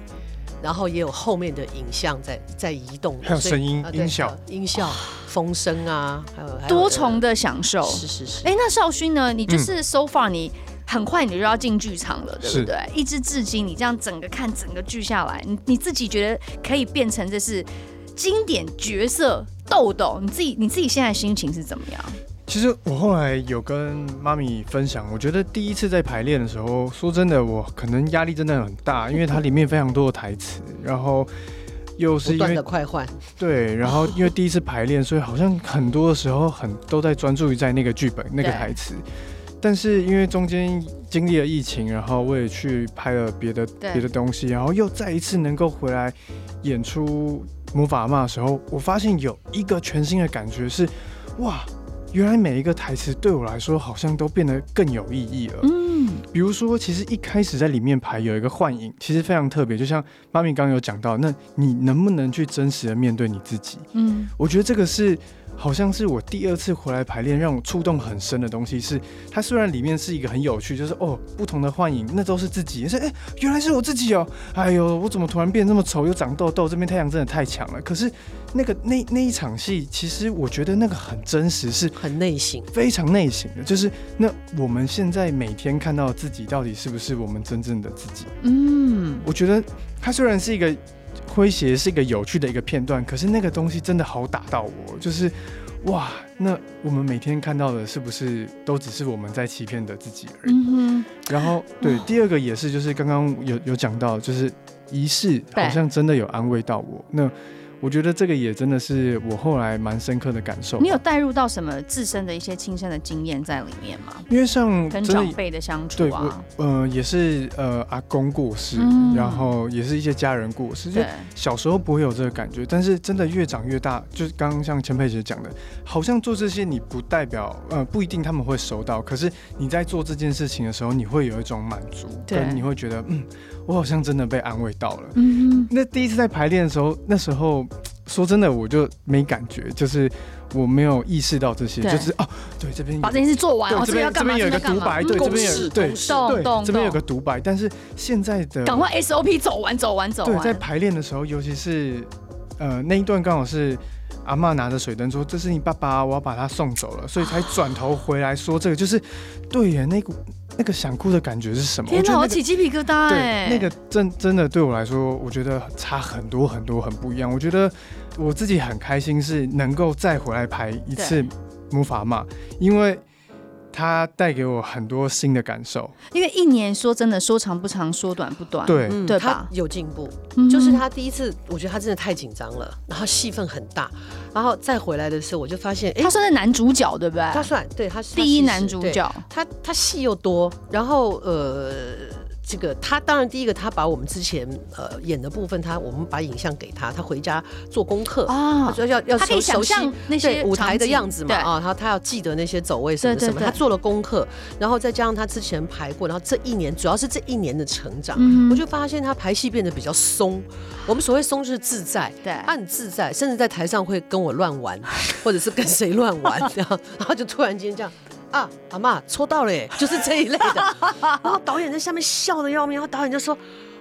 Speaker 3: 然后也有后面的影像在在移动的，
Speaker 5: 还有
Speaker 3: 所以
Speaker 5: 声音
Speaker 3: 啊对
Speaker 5: 音效
Speaker 3: 还有音效、风声啊，还有还有
Speaker 4: 多重的享
Speaker 3: 的
Speaker 4: 受。
Speaker 3: 是是是，
Speaker 4: 哎、那少勋呢？你就是 so far 你。很快你就要进剧场了，对不
Speaker 5: 是
Speaker 4: 对？一直至今，你这样整个看整个剧下来，你你自己觉得可以变成这是经典角色豆豆，你自己你自己现在心情是怎么样？
Speaker 5: 其实我后来有跟妈咪分享，我觉得第一次在排练的时候，说真的，我可能压力真的很大，因为它里面非常多的台词，然后又是
Speaker 3: 不
Speaker 5: 因
Speaker 3: 断
Speaker 5: 为
Speaker 3: 的快换，
Speaker 5: 对，然后因为第一次排练，所以好像很多的时候很都在专注于在那个剧本、那个
Speaker 4: 对
Speaker 5: 台词。但是因为中间经历了疫情，然后我也去拍了别的
Speaker 4: 对
Speaker 5: 别的东西，然后又再一次能够回来演出《魔法阿嬷的时候，我发现有一个全新的感觉是，哇，原来每一个台词对我来说好像都变得更有意义了。
Speaker 4: 嗯，
Speaker 5: 比如说，其实一开始在里面排有一个幻影，其实非常特别，就像妈咪刚刚有讲到，那你能不能去真实的面对你自己？
Speaker 4: 嗯，
Speaker 5: 我觉得这个是好像是我第二次回来排练，让我触动很深的东西是，它虽然里面是一个很有趣，就是哦不同的幻影，那都是自己，是哎、原来是我自己哦，哎呦我怎么突然变这么丑，又长痘痘，这边太阳真的太强了。可是那个那那一场戏，其实我觉得那个很真实，是
Speaker 3: 很内省。
Speaker 5: 非常内省的，就是那我们现在每天看到的自己，到底是不是我们真正的自己？
Speaker 4: 嗯，
Speaker 5: 我觉得它虽然是一个诙谐，是一个有趣的一个片段，可是那个东西真的好打到我，就是哇，那我们每天看到的是不是都只是我们在欺骗的自己而已？
Speaker 4: 嗯
Speaker 5: 然后对，第二个也是，就是刚刚有有讲到，就是仪式
Speaker 4: 对
Speaker 5: 好像真的有安慰到我。那我觉得这个也真的是我后来蛮深刻的感受
Speaker 4: 哼，。你有带入到什么自身的一些亲身的经验在里面吗？
Speaker 5: 因为像
Speaker 4: 跟
Speaker 5: 真的
Speaker 4: 长辈的相处
Speaker 5: 对
Speaker 4: 啊
Speaker 5: 我，呃也是呃阿公过世，
Speaker 4: 嗯
Speaker 5: 然后也是一些家人过世，就
Speaker 4: 对，
Speaker 5: 小时候不会有这个感觉，但是真的越长越大，就是刚刚像千佩姐讲的，好像做这些你不代表呃不一定他们会收到，可是你在做这件事情的时候，你会有一种满足，
Speaker 4: 对
Speaker 5: 跟你会觉得嗯，我好像真的被安慰到了。
Speaker 4: 嗯
Speaker 5: 那第一次在排练的时候，那时候说真的我就没感觉，就是我没有意识到这些，
Speaker 4: 对
Speaker 5: 就是哦，对这边
Speaker 4: 哼，把这件事做完，
Speaker 5: 对
Speaker 4: 哦，个
Speaker 5: 这边
Speaker 4: 要干嘛？嗯
Speaker 5: 这边有一个
Speaker 4: 个
Speaker 5: 独白，对，这
Speaker 4: 公
Speaker 5: 边有
Speaker 4: 式
Speaker 5: 对
Speaker 4: 懂
Speaker 5: 对，
Speaker 4: 懂
Speaker 5: 这边有
Speaker 4: 懂
Speaker 5: 个，独白，但是现在的
Speaker 4: 赶快 SOP 走完，走完，走
Speaker 5: 对，
Speaker 4: 完，
Speaker 5: 在排练的时候，尤其是呃那一段刚好是阿嬷拿着水灯说：“这是你爸爸，我要把他送走了。”所以才转头回来说这个，就是对耶，那股那个想哭的感觉是什么？我
Speaker 4: 天
Speaker 5: 觉
Speaker 4: 哪，
Speaker 5: 得
Speaker 4: 我
Speaker 5: 那个
Speaker 4: 起鸡皮疙瘩哎
Speaker 5: 对，，那个真真的对我来说，我觉得差很多很多，很不一样。我觉得我自己很开心，是能够再回来排一次魔法嘛，因为它带给我很多新的感受。
Speaker 4: 因为一年说真的，说长不长，说短不短，，
Speaker 5: 对，
Speaker 3: 嗯
Speaker 4: 对
Speaker 3: 他
Speaker 4: 吧
Speaker 3: 有进步，
Speaker 4: 嗯
Speaker 3: 就是他第一次，我觉得他真的太紧张了，然后戏份很大，然后再回来的时候，我就发现，
Speaker 4: 嗯
Speaker 3: 哎、
Speaker 4: 他算是男主角对不对？
Speaker 3: 他算对他是
Speaker 4: 第一男主，角，
Speaker 3: 他其实对他他戏又多，然后呃。这个他当然第一个，他把我们之前呃演的部分，他我们把影像给他，他回家做功课
Speaker 4: 啊
Speaker 3: 他说要要
Speaker 4: 他可
Speaker 3: 熟
Speaker 4: 以想
Speaker 3: 熟悉
Speaker 4: 象那些
Speaker 3: 对舞台
Speaker 4: 场
Speaker 3: 的
Speaker 4: 景
Speaker 3: 样子嘛
Speaker 4: 对
Speaker 3: 啊，他他要记得那些走位什么
Speaker 4: 对对
Speaker 3: 什么，
Speaker 4: 对
Speaker 3: 他做了功课，然后再加上他之前排过，然后这一年主要是这一年的成长，
Speaker 4: 嗯哼
Speaker 3: 我就发现他排戏变得比较松。我们所谓松就是自在，
Speaker 4: 对
Speaker 3: 他很自在，甚至在台上会跟我乱玩，或者是跟谁乱玩这样，然后就突然间这样。啊，阿妈抽到了耶，就是这一类的。然后导演在下面笑的要命，然后导演就说：“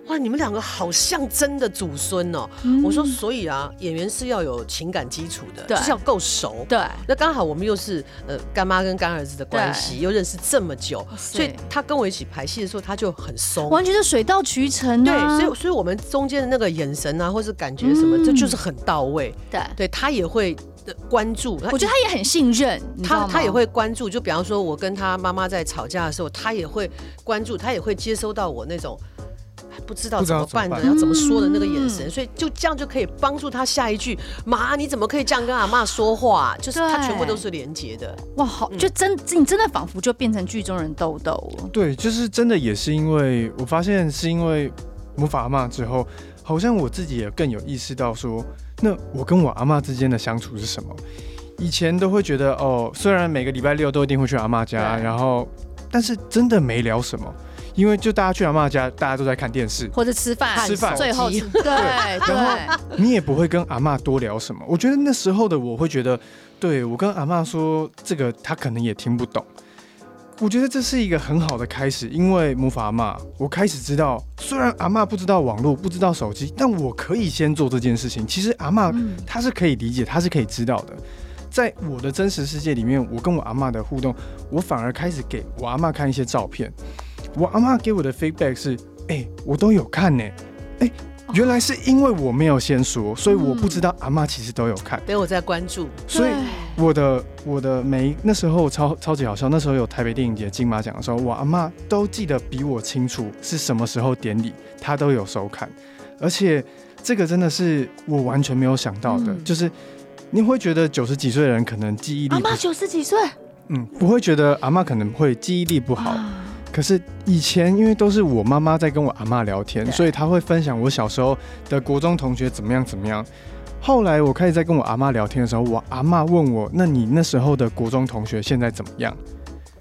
Speaker 3: 哇，你们两个好像真的祖孙哦。我说：“所以啊，演员是要有情感基础的，
Speaker 4: 嗯对
Speaker 3: 就是要够熟。”
Speaker 4: 对，
Speaker 3: 那刚好我们又是呃干妈跟干儿子的关系，又认识这么久，
Speaker 4: 塞
Speaker 3: 所以他跟我一起排戏的时候，他就很松。
Speaker 4: 完全是水到渠成
Speaker 3: 对，
Speaker 4: 啊，
Speaker 3: 所以所以我们中间的那个眼神啊，或是感觉什么，
Speaker 4: 嗯
Speaker 3: 这就是很到位。
Speaker 4: 对，
Speaker 3: 对他也会呃关注，
Speaker 4: 我觉得他也很信任，你知道
Speaker 3: 他
Speaker 4: 吗
Speaker 3: 他也会关注，就比方说，我跟他妈妈在吵架的时候，他也会关注，他也会接收到我那种哎不知道
Speaker 5: 不知
Speaker 3: 怎
Speaker 5: 道
Speaker 3: 么办的，
Speaker 5: 怎么办
Speaker 3: 要怎么说的那个眼神，
Speaker 4: 嗯
Speaker 3: 所以就这样就可以帮助他下一句“妈，你怎么可以这样跟阿妈说话、啊就是他
Speaker 4: 对
Speaker 3: 全部都是连接的，
Speaker 4: 哇，好，
Speaker 3: 嗯
Speaker 4: 就真你真的仿佛就变成剧中人豆豆了，
Speaker 5: 对，就是真的也是因为我发现是因为魔法阿嬷之后，好像我自己也更有意识到说，那我跟我阿嬷之间的相处是什么？以前都会觉得哦，虽然每个礼拜六都一定会去阿嬷家，
Speaker 4: 对
Speaker 5: 然后但是真的没聊什么，因为就大家去阿嬷家，大家都在看电视，
Speaker 4: 或者吃饭，
Speaker 5: 吃饭
Speaker 4: 最后吃对对，
Speaker 5: 你也不会跟阿嬷多聊什么。我觉得那时候的我会觉得，对我跟阿嬷说这个，她可能也听不懂。我觉得这是一个很好的开始，因为魔法阿嬷，我开始知道，虽然阿嬷不知道网络，不知道手机，但我可以先做这件事情。其实阿嬷她是可以理解，她是可以知道的。在我的真实世界里面，我跟我阿嬷的互动，我反而开始给我阿嬷看一些照片。我阿嬷给我的 feedback 是：哎、我都有看呢、哎、原来是因为我没有先说，所以我不知道阿嬷其实都有看。
Speaker 3: 没有在关注。
Speaker 5: 所以
Speaker 4: 嗯对
Speaker 5: 我的我的每一那时候超超级好笑，那时候有台北电影节金马奖的时候，我阿嬷都记得比我清楚是什么时候典礼，她都有收看，而且这个真的是我完全没有想到的，
Speaker 4: 嗯
Speaker 5: 就是你会觉得九十几岁的人可能记忆力
Speaker 4: 阿
Speaker 5: 不
Speaker 4: 妈九十几岁，
Speaker 5: 嗯不会觉得阿嬷可能会记忆力不
Speaker 4: 啊
Speaker 5: 好，可是以前因为都是我妈妈在跟我阿嬷聊天，
Speaker 4: 对
Speaker 5: 所以她会分享我小时候的国中同学怎么样怎么样。后来我开始在跟我阿嬷聊天的时候，我阿嬷问我：“那你那时候的国中同学现在怎么样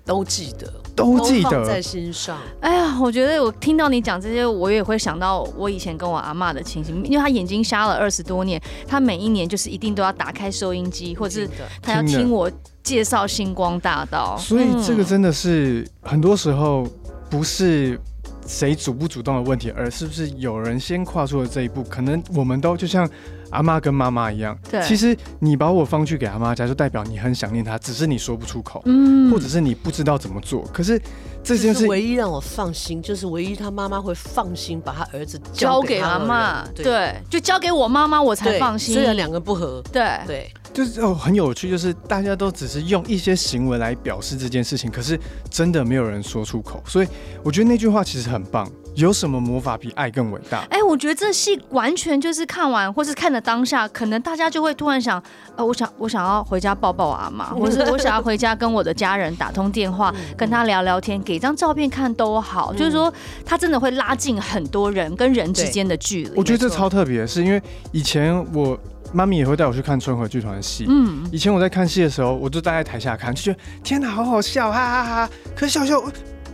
Speaker 3: 都记得，？”
Speaker 5: 都记
Speaker 3: 放在
Speaker 5: 得。
Speaker 3: 心上。
Speaker 4: 哎呀，我觉得我听到你讲这些，我也会想到我以前跟我阿嬷的情形，因为她眼睛瞎了二十多年，她每一年就是一定都要打开收音机，或者是
Speaker 3: 真的
Speaker 4: 她要
Speaker 5: 听的
Speaker 4: 听我介绍星光大道。
Speaker 5: 所以这个
Speaker 4: 嗯
Speaker 5: 真的是很多时候不是谁主不主动的问题，而是不是有人先跨出了这一步？可能我们都就像阿妈跟妈妈一样，
Speaker 4: 对
Speaker 5: 其实你把我放去给阿妈家，就代表你很想念她，只是你说不出口，
Speaker 4: 嗯
Speaker 5: 或者是你不知道怎么做。可是这
Speaker 3: 这
Speaker 5: 件事
Speaker 3: 是唯一让我放心，就是唯一他妈妈会放心把他儿子
Speaker 4: 交
Speaker 3: 给
Speaker 4: 给
Speaker 3: 他
Speaker 4: 阿
Speaker 3: 的人
Speaker 4: 嬷，
Speaker 3: 对
Speaker 4: 对，就交给我妈妈，我才
Speaker 3: 对
Speaker 4: 放心哎
Speaker 3: 虽。然两个不合，
Speaker 4: 对，
Speaker 3: 对，
Speaker 5: 就是哦很有趣，就是大家都只是用一些行为来表示这件事情，可是真的没有人说出口。所以我觉得那句话其实很棒，有什么魔法比爱更伟大？
Speaker 4: 哎、我觉得这戏完全就是看完，或是看的当下，可能大家就会突然想，呃，我想我想要回家抱抱我阿妈，或是我想要回家跟我的家人打通电话，
Speaker 1: 嗯
Speaker 4: 跟他聊聊天，给张照片看都好。就是说，他真的会拉近很多人跟人之
Speaker 3: 对
Speaker 4: 间的距离。
Speaker 5: 我觉得这
Speaker 3: 没错
Speaker 5: 超特别，是因为以前我妈咪也会带我去看春和剧团的戏。
Speaker 4: 嗯，
Speaker 5: 以前我在看戏的时候，我就站在台下看，就觉得天哪，好好笑，哈哈哈可是笑一笑，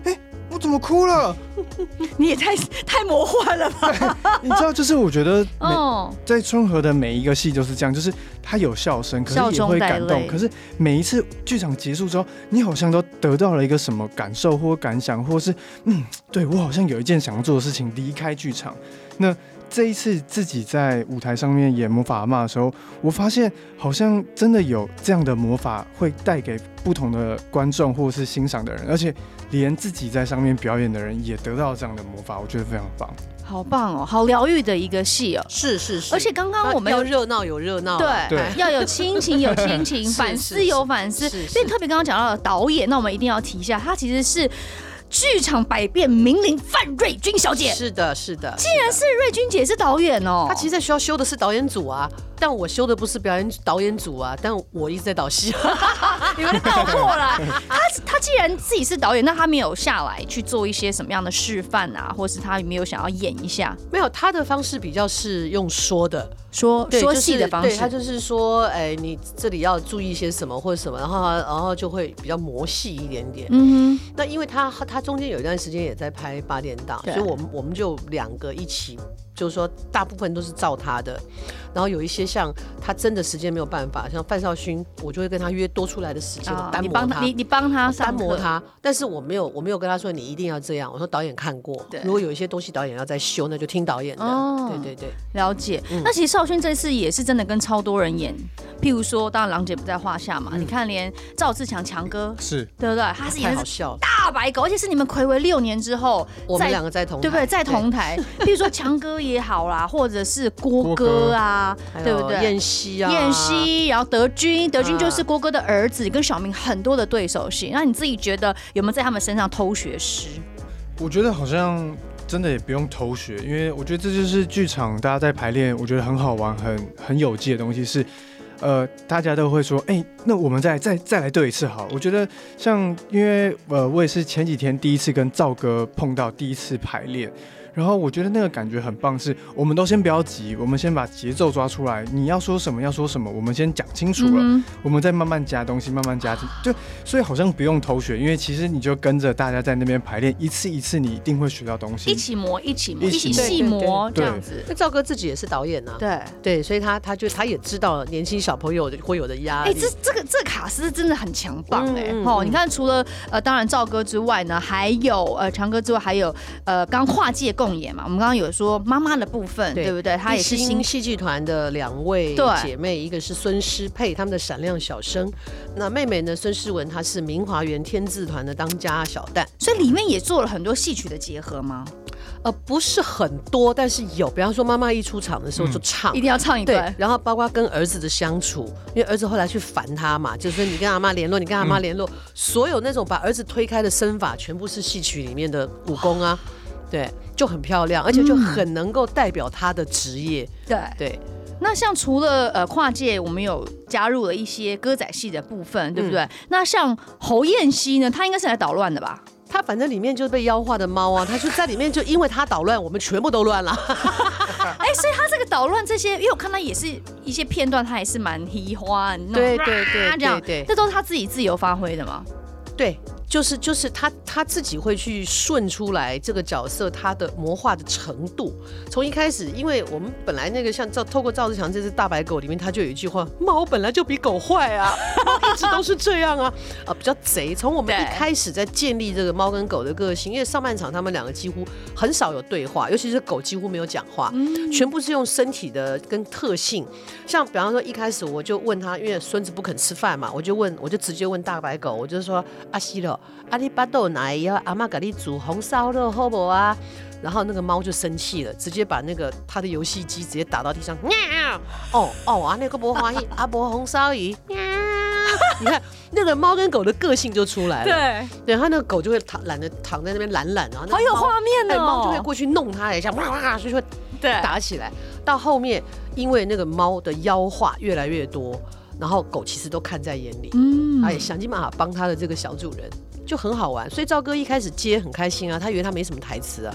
Speaker 5: 哎、我怎么哭了？
Speaker 1: 你也太 [LAUGHS] 太魔幻了吧？
Speaker 5: 你知道，就是我觉
Speaker 4: [LAUGHS]
Speaker 5: 得每
Speaker 4: 哦，
Speaker 5: 在春和的每一个戏就是这样，就是他有笑声，可
Speaker 4: 笑
Speaker 5: 是也
Speaker 4: 中
Speaker 5: 会
Speaker 4: 带
Speaker 5: 感
Speaker 4: 泪
Speaker 5: 动。可是每一次剧场结束之后，你好像都得到了一个什么感受或感想，或是嗯，对我好像有一件想要做的事情，离开剧场。那这一次自己在舞台上面演魔法阿嬷的时候，我发现好像真的有这样的魔法会带给不同的观众或是欣赏的人，而且连自己在上面表演的人也得到这样的魔法，我觉得非常棒。
Speaker 4: 好棒哦，好疗愈的一个戏哦。
Speaker 3: 是是是，
Speaker 4: 而且刚刚我们
Speaker 3: 要
Speaker 4: 有
Speaker 3: 要热闹有热闹，啊
Speaker 4: 对，
Speaker 5: 对
Speaker 4: 要有亲情，
Speaker 3: [LAUGHS]
Speaker 4: 有亲情，
Speaker 3: 哦是
Speaker 4: 反
Speaker 3: 是
Speaker 4: 思有反思。
Speaker 3: 是
Speaker 4: 所以
Speaker 3: 是
Speaker 4: 特别刚刚讲到的导演，那我们一定要提一下，他其实是剧场百变名伶范瑞君小姐。
Speaker 3: 是的，是的。
Speaker 4: 竟然是瑞君姐是导演哦，
Speaker 3: 他其实在学校修的是导演组啊，但我修的不是表演导演组啊，但我一直在导戏。啊
Speaker 4: 你们到货啦。 [LAUGHS] 他他既然自己是导演，那他没有下来去做一些什么样的示范啊，或是他有没有想要演一下
Speaker 3: [LAUGHS] 没有，他的方式比较是用说的，
Speaker 4: 说
Speaker 3: 对
Speaker 4: 说
Speaker 3: 就是
Speaker 4: 戏的方
Speaker 3: 对他
Speaker 4: 式？
Speaker 3: 就是说，哎，你这里要注意一些什么或者什么，然后他然后就会比较魔戏一点点。
Speaker 4: 嗯哼，
Speaker 3: 那因为他他中间有一段时间也在拍八点档，
Speaker 4: 对
Speaker 3: 所以我们我们就两个一起，就是说大部分都是照他的，然后有一些像他真的时间没有办法，像范少勋，我就会跟他约多出来的时间，我
Speaker 4: 啊
Speaker 3: 单
Speaker 4: 你
Speaker 3: 磨
Speaker 4: 帮他，你你帮他上
Speaker 3: 单磨
Speaker 4: 课，
Speaker 3: 他，但是我没有，我没有跟他说你一定要这样。我说导演看过
Speaker 4: 对，
Speaker 3: 如果有一些东西导演要再修，那就听导演的。
Speaker 4: 哦
Speaker 3: 对对对，
Speaker 4: 了解，那其实少勋这次也是真的跟超多人演，譬如说，当然郎姐不在话下嘛。你看，连赵自强强哥，
Speaker 5: 是，
Speaker 4: 对不对？他是演
Speaker 3: 太
Speaker 4: 的
Speaker 3: 好
Speaker 4: 是
Speaker 3: 笑了。
Speaker 4: 大白狗，而且是你们暌违六年之后，
Speaker 3: 我们
Speaker 4: 在
Speaker 3: 两个在同
Speaker 4: 对不
Speaker 3: [LAUGHS]
Speaker 4: 对？
Speaker 3: 台
Speaker 4: 在同台，譬如说强哥也好啦，或者是郭
Speaker 5: 郭
Speaker 4: 哥
Speaker 5: 哥
Speaker 4: 啊，
Speaker 3: 还
Speaker 4: 对
Speaker 3: 有
Speaker 4: 不对？
Speaker 3: 燕西啊，
Speaker 4: 燕，西，然后德军，德军就是郭哥的儿子，跟小明很多的对手戏。那你自己觉得有没有在他们身上偷学师？
Speaker 5: 我觉得好像真的也不用偷学，因为我觉得这就是剧场大家在排练，我觉得很好玩、很很有趣的东西是。呃，大家都会说，哎、那我们再再再来对一次好了。我觉得像，因为呃，我也是前几天第一次跟赵哥碰到，第一次排练，然后我觉得那个感觉很棒是，我们都先不要急，我们先把节奏抓出来，你要说什么要说什么，我们先讲清楚了，
Speaker 4: 嗯
Speaker 5: 我们再慢慢加东西，慢慢加进，就所以好像不用偷学，因为其实你就跟着大家在那边排练，一次一次你一定会学到东西。
Speaker 4: 一起磨，一起磨，
Speaker 5: 一
Speaker 4: 一
Speaker 5: 起
Speaker 4: 起
Speaker 3: 磨
Speaker 4: 细磨这
Speaker 5: 对对对
Speaker 4: 样子。
Speaker 3: 那赵哥自己也是导演啊。
Speaker 4: 对。
Speaker 3: 对，所以他他就他也知道年轻小朋友的会有的压
Speaker 4: 哎、
Speaker 3: 力。
Speaker 4: 这这个这个卡斯真的很强棒哎、
Speaker 3: 嗯嗯
Speaker 4: 哦，
Speaker 3: 嗯
Speaker 4: 你看除了呃，当然赵哥之外呢，还有呃强哥之外，还有呃刚跨界共演嘛，我们刚刚有说妈妈的部分，对
Speaker 3: 对
Speaker 4: 不对？她也是
Speaker 3: 新
Speaker 4: 新
Speaker 3: 戏剧团的两位
Speaker 4: 对
Speaker 3: 姐妹，一个是孙诗佩，她们的闪亮小生。那妹妹呢，孙诗文，她是明华园天字团的当家小旦。
Speaker 4: 所以里面也做了很多戏曲的结合吗？
Speaker 3: 呃，不是很多，但是有。比方说，妈妈一出场的时
Speaker 4: 嗯
Speaker 3: 候就唱。
Speaker 4: 一定要唱一
Speaker 3: 对
Speaker 4: 段，，
Speaker 3: 然后包括跟儿子的相处，因为儿子后来去烦他嘛，就是说你跟阿妈联络，你跟阿妈联络，所有那种把儿子推开的身法，全部是戏曲里面的武功啊，对，就很漂亮，而且就很能够代表他的职业，
Speaker 4: 对。
Speaker 3: 对，
Speaker 4: 那像除了呃跨界，我们有加入了一些歌仔戏的部分，对不对？那像侯燕西呢，她应该是来捣乱的吧？
Speaker 3: 他反正里面就被妖化的猫啊，他就在里面就因为他捣乱，我们全部都乱了。 [LAUGHS]
Speaker 4: [LAUGHS] 哎、所以她这个捣乱这些，因为我看她也是一些片段，她也是蛮喜欢那种
Speaker 3: 对对对
Speaker 4: 啊这样
Speaker 3: 对对
Speaker 4: 这都是她自己自由发挥的嘛。
Speaker 3: 对，就是就是他他自己会去顺出来这个角色他的魔化的程度。从一开始，因为我们本来那个像赵透过赵志强这只大白狗里面，他就有一句话：猫本来就比狗坏啊，猫一直都是这样啊，啊比较贼。从我们一
Speaker 4: 对
Speaker 3: 开始在建立这个猫跟狗的个性，因为上半场他们两个几乎很少有对话，尤其是狗几乎没有讲话，全部是用身体的跟特性。像比方说一开始我就问他，因为孙子不肯吃饭嘛，我就问，我就直接问大白狗，我就说阿西了，阿里巴豆奶要阿妈给你煮红烧肉好不好啊？然后那个猫就生气了，直接把那个他的游戏机直接打到地上，喵！哦哦，啊那个不
Speaker 1: [LAUGHS]
Speaker 3: 欢喜，阿伯红烧鱼，喵！ [LAUGHS] 你看那个猫跟狗的个性就出来了，
Speaker 1: 对，
Speaker 3: 对，它那个狗就会躺懒得躺在那边懒懒，然后那个
Speaker 1: 好有
Speaker 3: 猫
Speaker 1: 画面
Speaker 3: 哎，
Speaker 1: 哦，
Speaker 3: 猫就会过去弄它一下，哇哇，就会
Speaker 4: 对
Speaker 3: 打起来。到后面，因为那个猫的妖化越来越多，然后狗其实都看在眼里，
Speaker 1: 嗯，
Speaker 3: 哎，想尽办法帮它的这个小主人。就很好玩，所以赵哥一开始接很开心啊，他以为他没什么台词啊，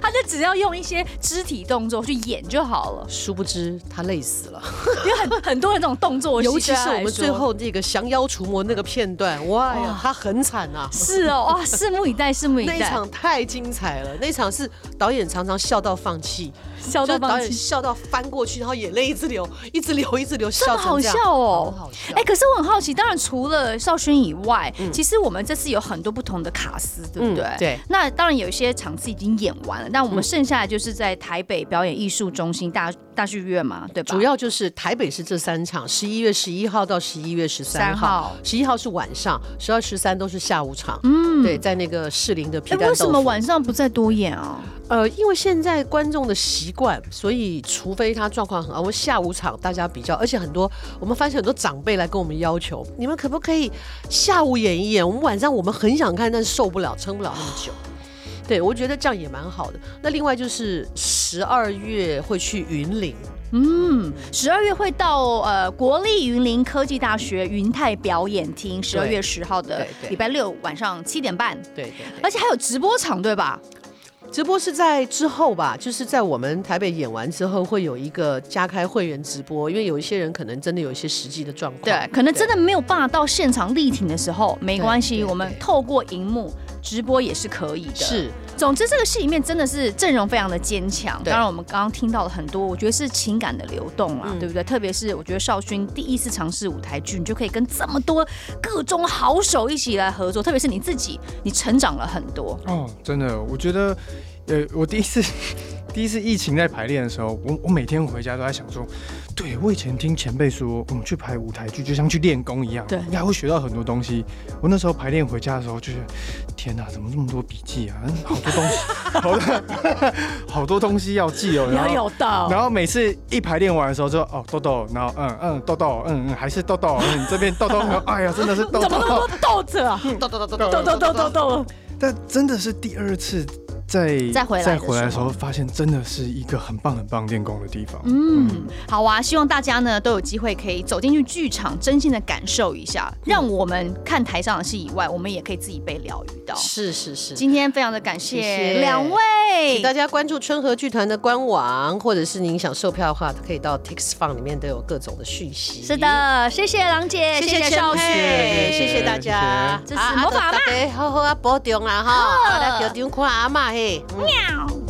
Speaker 4: 他就只要用一些肢体动作去演就好
Speaker 3: [LAUGHS]
Speaker 4: 了，
Speaker 3: 殊不知他累死了。
Speaker 4: 因为很很多人这种动作，
Speaker 3: [LAUGHS] 尤其是我
Speaker 4: 来
Speaker 3: 们
Speaker 4: 说
Speaker 3: 最后那个降妖除魔那个片段，哇呀，他很惨啊。
Speaker 4: 是哦，哇，拭目以待，拭目以
Speaker 3: [LAUGHS] 那一
Speaker 4: 待，
Speaker 3: 场太精彩了，那一场是导演常常笑到放弃，
Speaker 4: 笑
Speaker 3: 就
Speaker 4: 到
Speaker 3: 是导
Speaker 4: 放
Speaker 3: 演
Speaker 4: 弃。
Speaker 3: 笑到翻过去，然后眼泪一直流，一直流，一直流，
Speaker 4: 这
Speaker 3: 笑
Speaker 4: 么
Speaker 3: 成
Speaker 4: 好
Speaker 3: 这样
Speaker 4: 笑哦
Speaker 3: 很好！笑
Speaker 4: 哎、可是我很好奇，当然除了少勋以外，其实我们这次有很多不同的卡司，对不对？
Speaker 3: 嗯对。嗯
Speaker 4: 那当然有一些场次已经演完了，但我们剩下的就是在台北表演艺术中心大大剧院嘛，对吧？哎
Speaker 3: 主要就是台北是这三场，十一月十一号到十一月十三号
Speaker 4: 号，
Speaker 3: 十一号是晚上，十二十三都是下午场。嗯，对，在那个士林的皮
Speaker 4: 哎、
Speaker 3: 蛋豆腐。
Speaker 4: 为什么晚上不再多演啊？
Speaker 3: 呃，因为现在观众的习惯，所以除非他状况很好，我们下午场大家比较，而且很多我们发现很多长辈来跟我们要求，你们可不可以下午演一演？我们晚上我们很想看，但是受不了，撑不了那么久。对，我觉得这样也蛮好的。那另外就是十二月会去云林，
Speaker 4: 嗯，十二月会到呃国立云林科技大学云泰表演厅，十二月十号的
Speaker 3: 对对
Speaker 4: 礼拜六晚上七点半，
Speaker 3: 对对对
Speaker 4: 而且还有直播场，对吧？
Speaker 3: 哎直播是在之后吧，就是在我们台北演完之后，会有一个加开会员直播，因为有一些人可能真的有一些实际的状况，
Speaker 4: 对，可能真
Speaker 3: 的
Speaker 4: 的没有办法到现场力挺的时候，没关
Speaker 3: 对
Speaker 4: 系，
Speaker 3: 对
Speaker 4: 我们
Speaker 3: 对
Speaker 4: 透过荧幕直播也是可以的。，
Speaker 3: 是
Speaker 4: 总之这个戏里面真的是阵容非常的坚强。
Speaker 3: 对
Speaker 4: 当然，我们刚刚听到了很多，我觉得是情感的流动啦，
Speaker 3: 嗯
Speaker 4: 对不对？特别是我觉得少勋第一次尝试舞台剧，你就可以跟这么多各种好手一起来合作，特别是你自己，你成长了很多。
Speaker 5: 哦，真的，我觉得，呃，我第一次 [LAUGHS] 第一次疫情在排练的时候，我我每天回家都在想说，对我以前听前辈说，我们去排舞台剧就像去练功一样，
Speaker 4: 对
Speaker 5: 应该会学到很多东西。我那时候排练回家的时候，就是天哪，怎么这么多笔记啊，好多东西，好多 [LAUGHS] 好多东西要记
Speaker 1: [LAUGHS]
Speaker 5: 哦，然后
Speaker 4: 到
Speaker 3: 嗯
Speaker 5: 然后每次一排练完的时候就哦豆豆，然后嗯嗯豆豆，嗯嗯还是豆豆，嗯这边豆
Speaker 1: [LAUGHS]
Speaker 5: 豆，然后哎呀真的是豆
Speaker 1: 怎么那么
Speaker 5: 豆，
Speaker 1: 多豆子啊？
Speaker 3: 抖抖抖抖
Speaker 1: 豆豆豆豆豆，
Speaker 5: 但真的是第二次在
Speaker 4: 再回来的
Speaker 5: 再回来的
Speaker 4: 时
Speaker 5: 时
Speaker 4: 候
Speaker 5: 候，发现真的是一个很棒很棒练功的地方。
Speaker 4: 嗯，好啊，希望大家呢都有机会可以走进去剧场，真心的感受一下，让我们看台上的戏以外，我们也可以自己被疗愈到。
Speaker 3: 是是是。
Speaker 4: 今天非常的感谢
Speaker 3: 谢
Speaker 4: 两位
Speaker 3: 请，大家关注春和剧团的官网，或者是您想售票的话，可以到 Tix Fun 里面都有各种的讯息。
Speaker 4: 是，的，谢谢郎姐，
Speaker 3: 谢
Speaker 4: 谢
Speaker 3: 谢
Speaker 4: 少
Speaker 3: 少
Speaker 4: 许，
Speaker 3: 雪，谢谢大家。
Speaker 4: 这是魔法
Speaker 3: 大
Speaker 4: 嘛
Speaker 3: 啊家好好啊，保重啦哈，啊，来球场看阿妈嘿。嗯
Speaker 4: 喵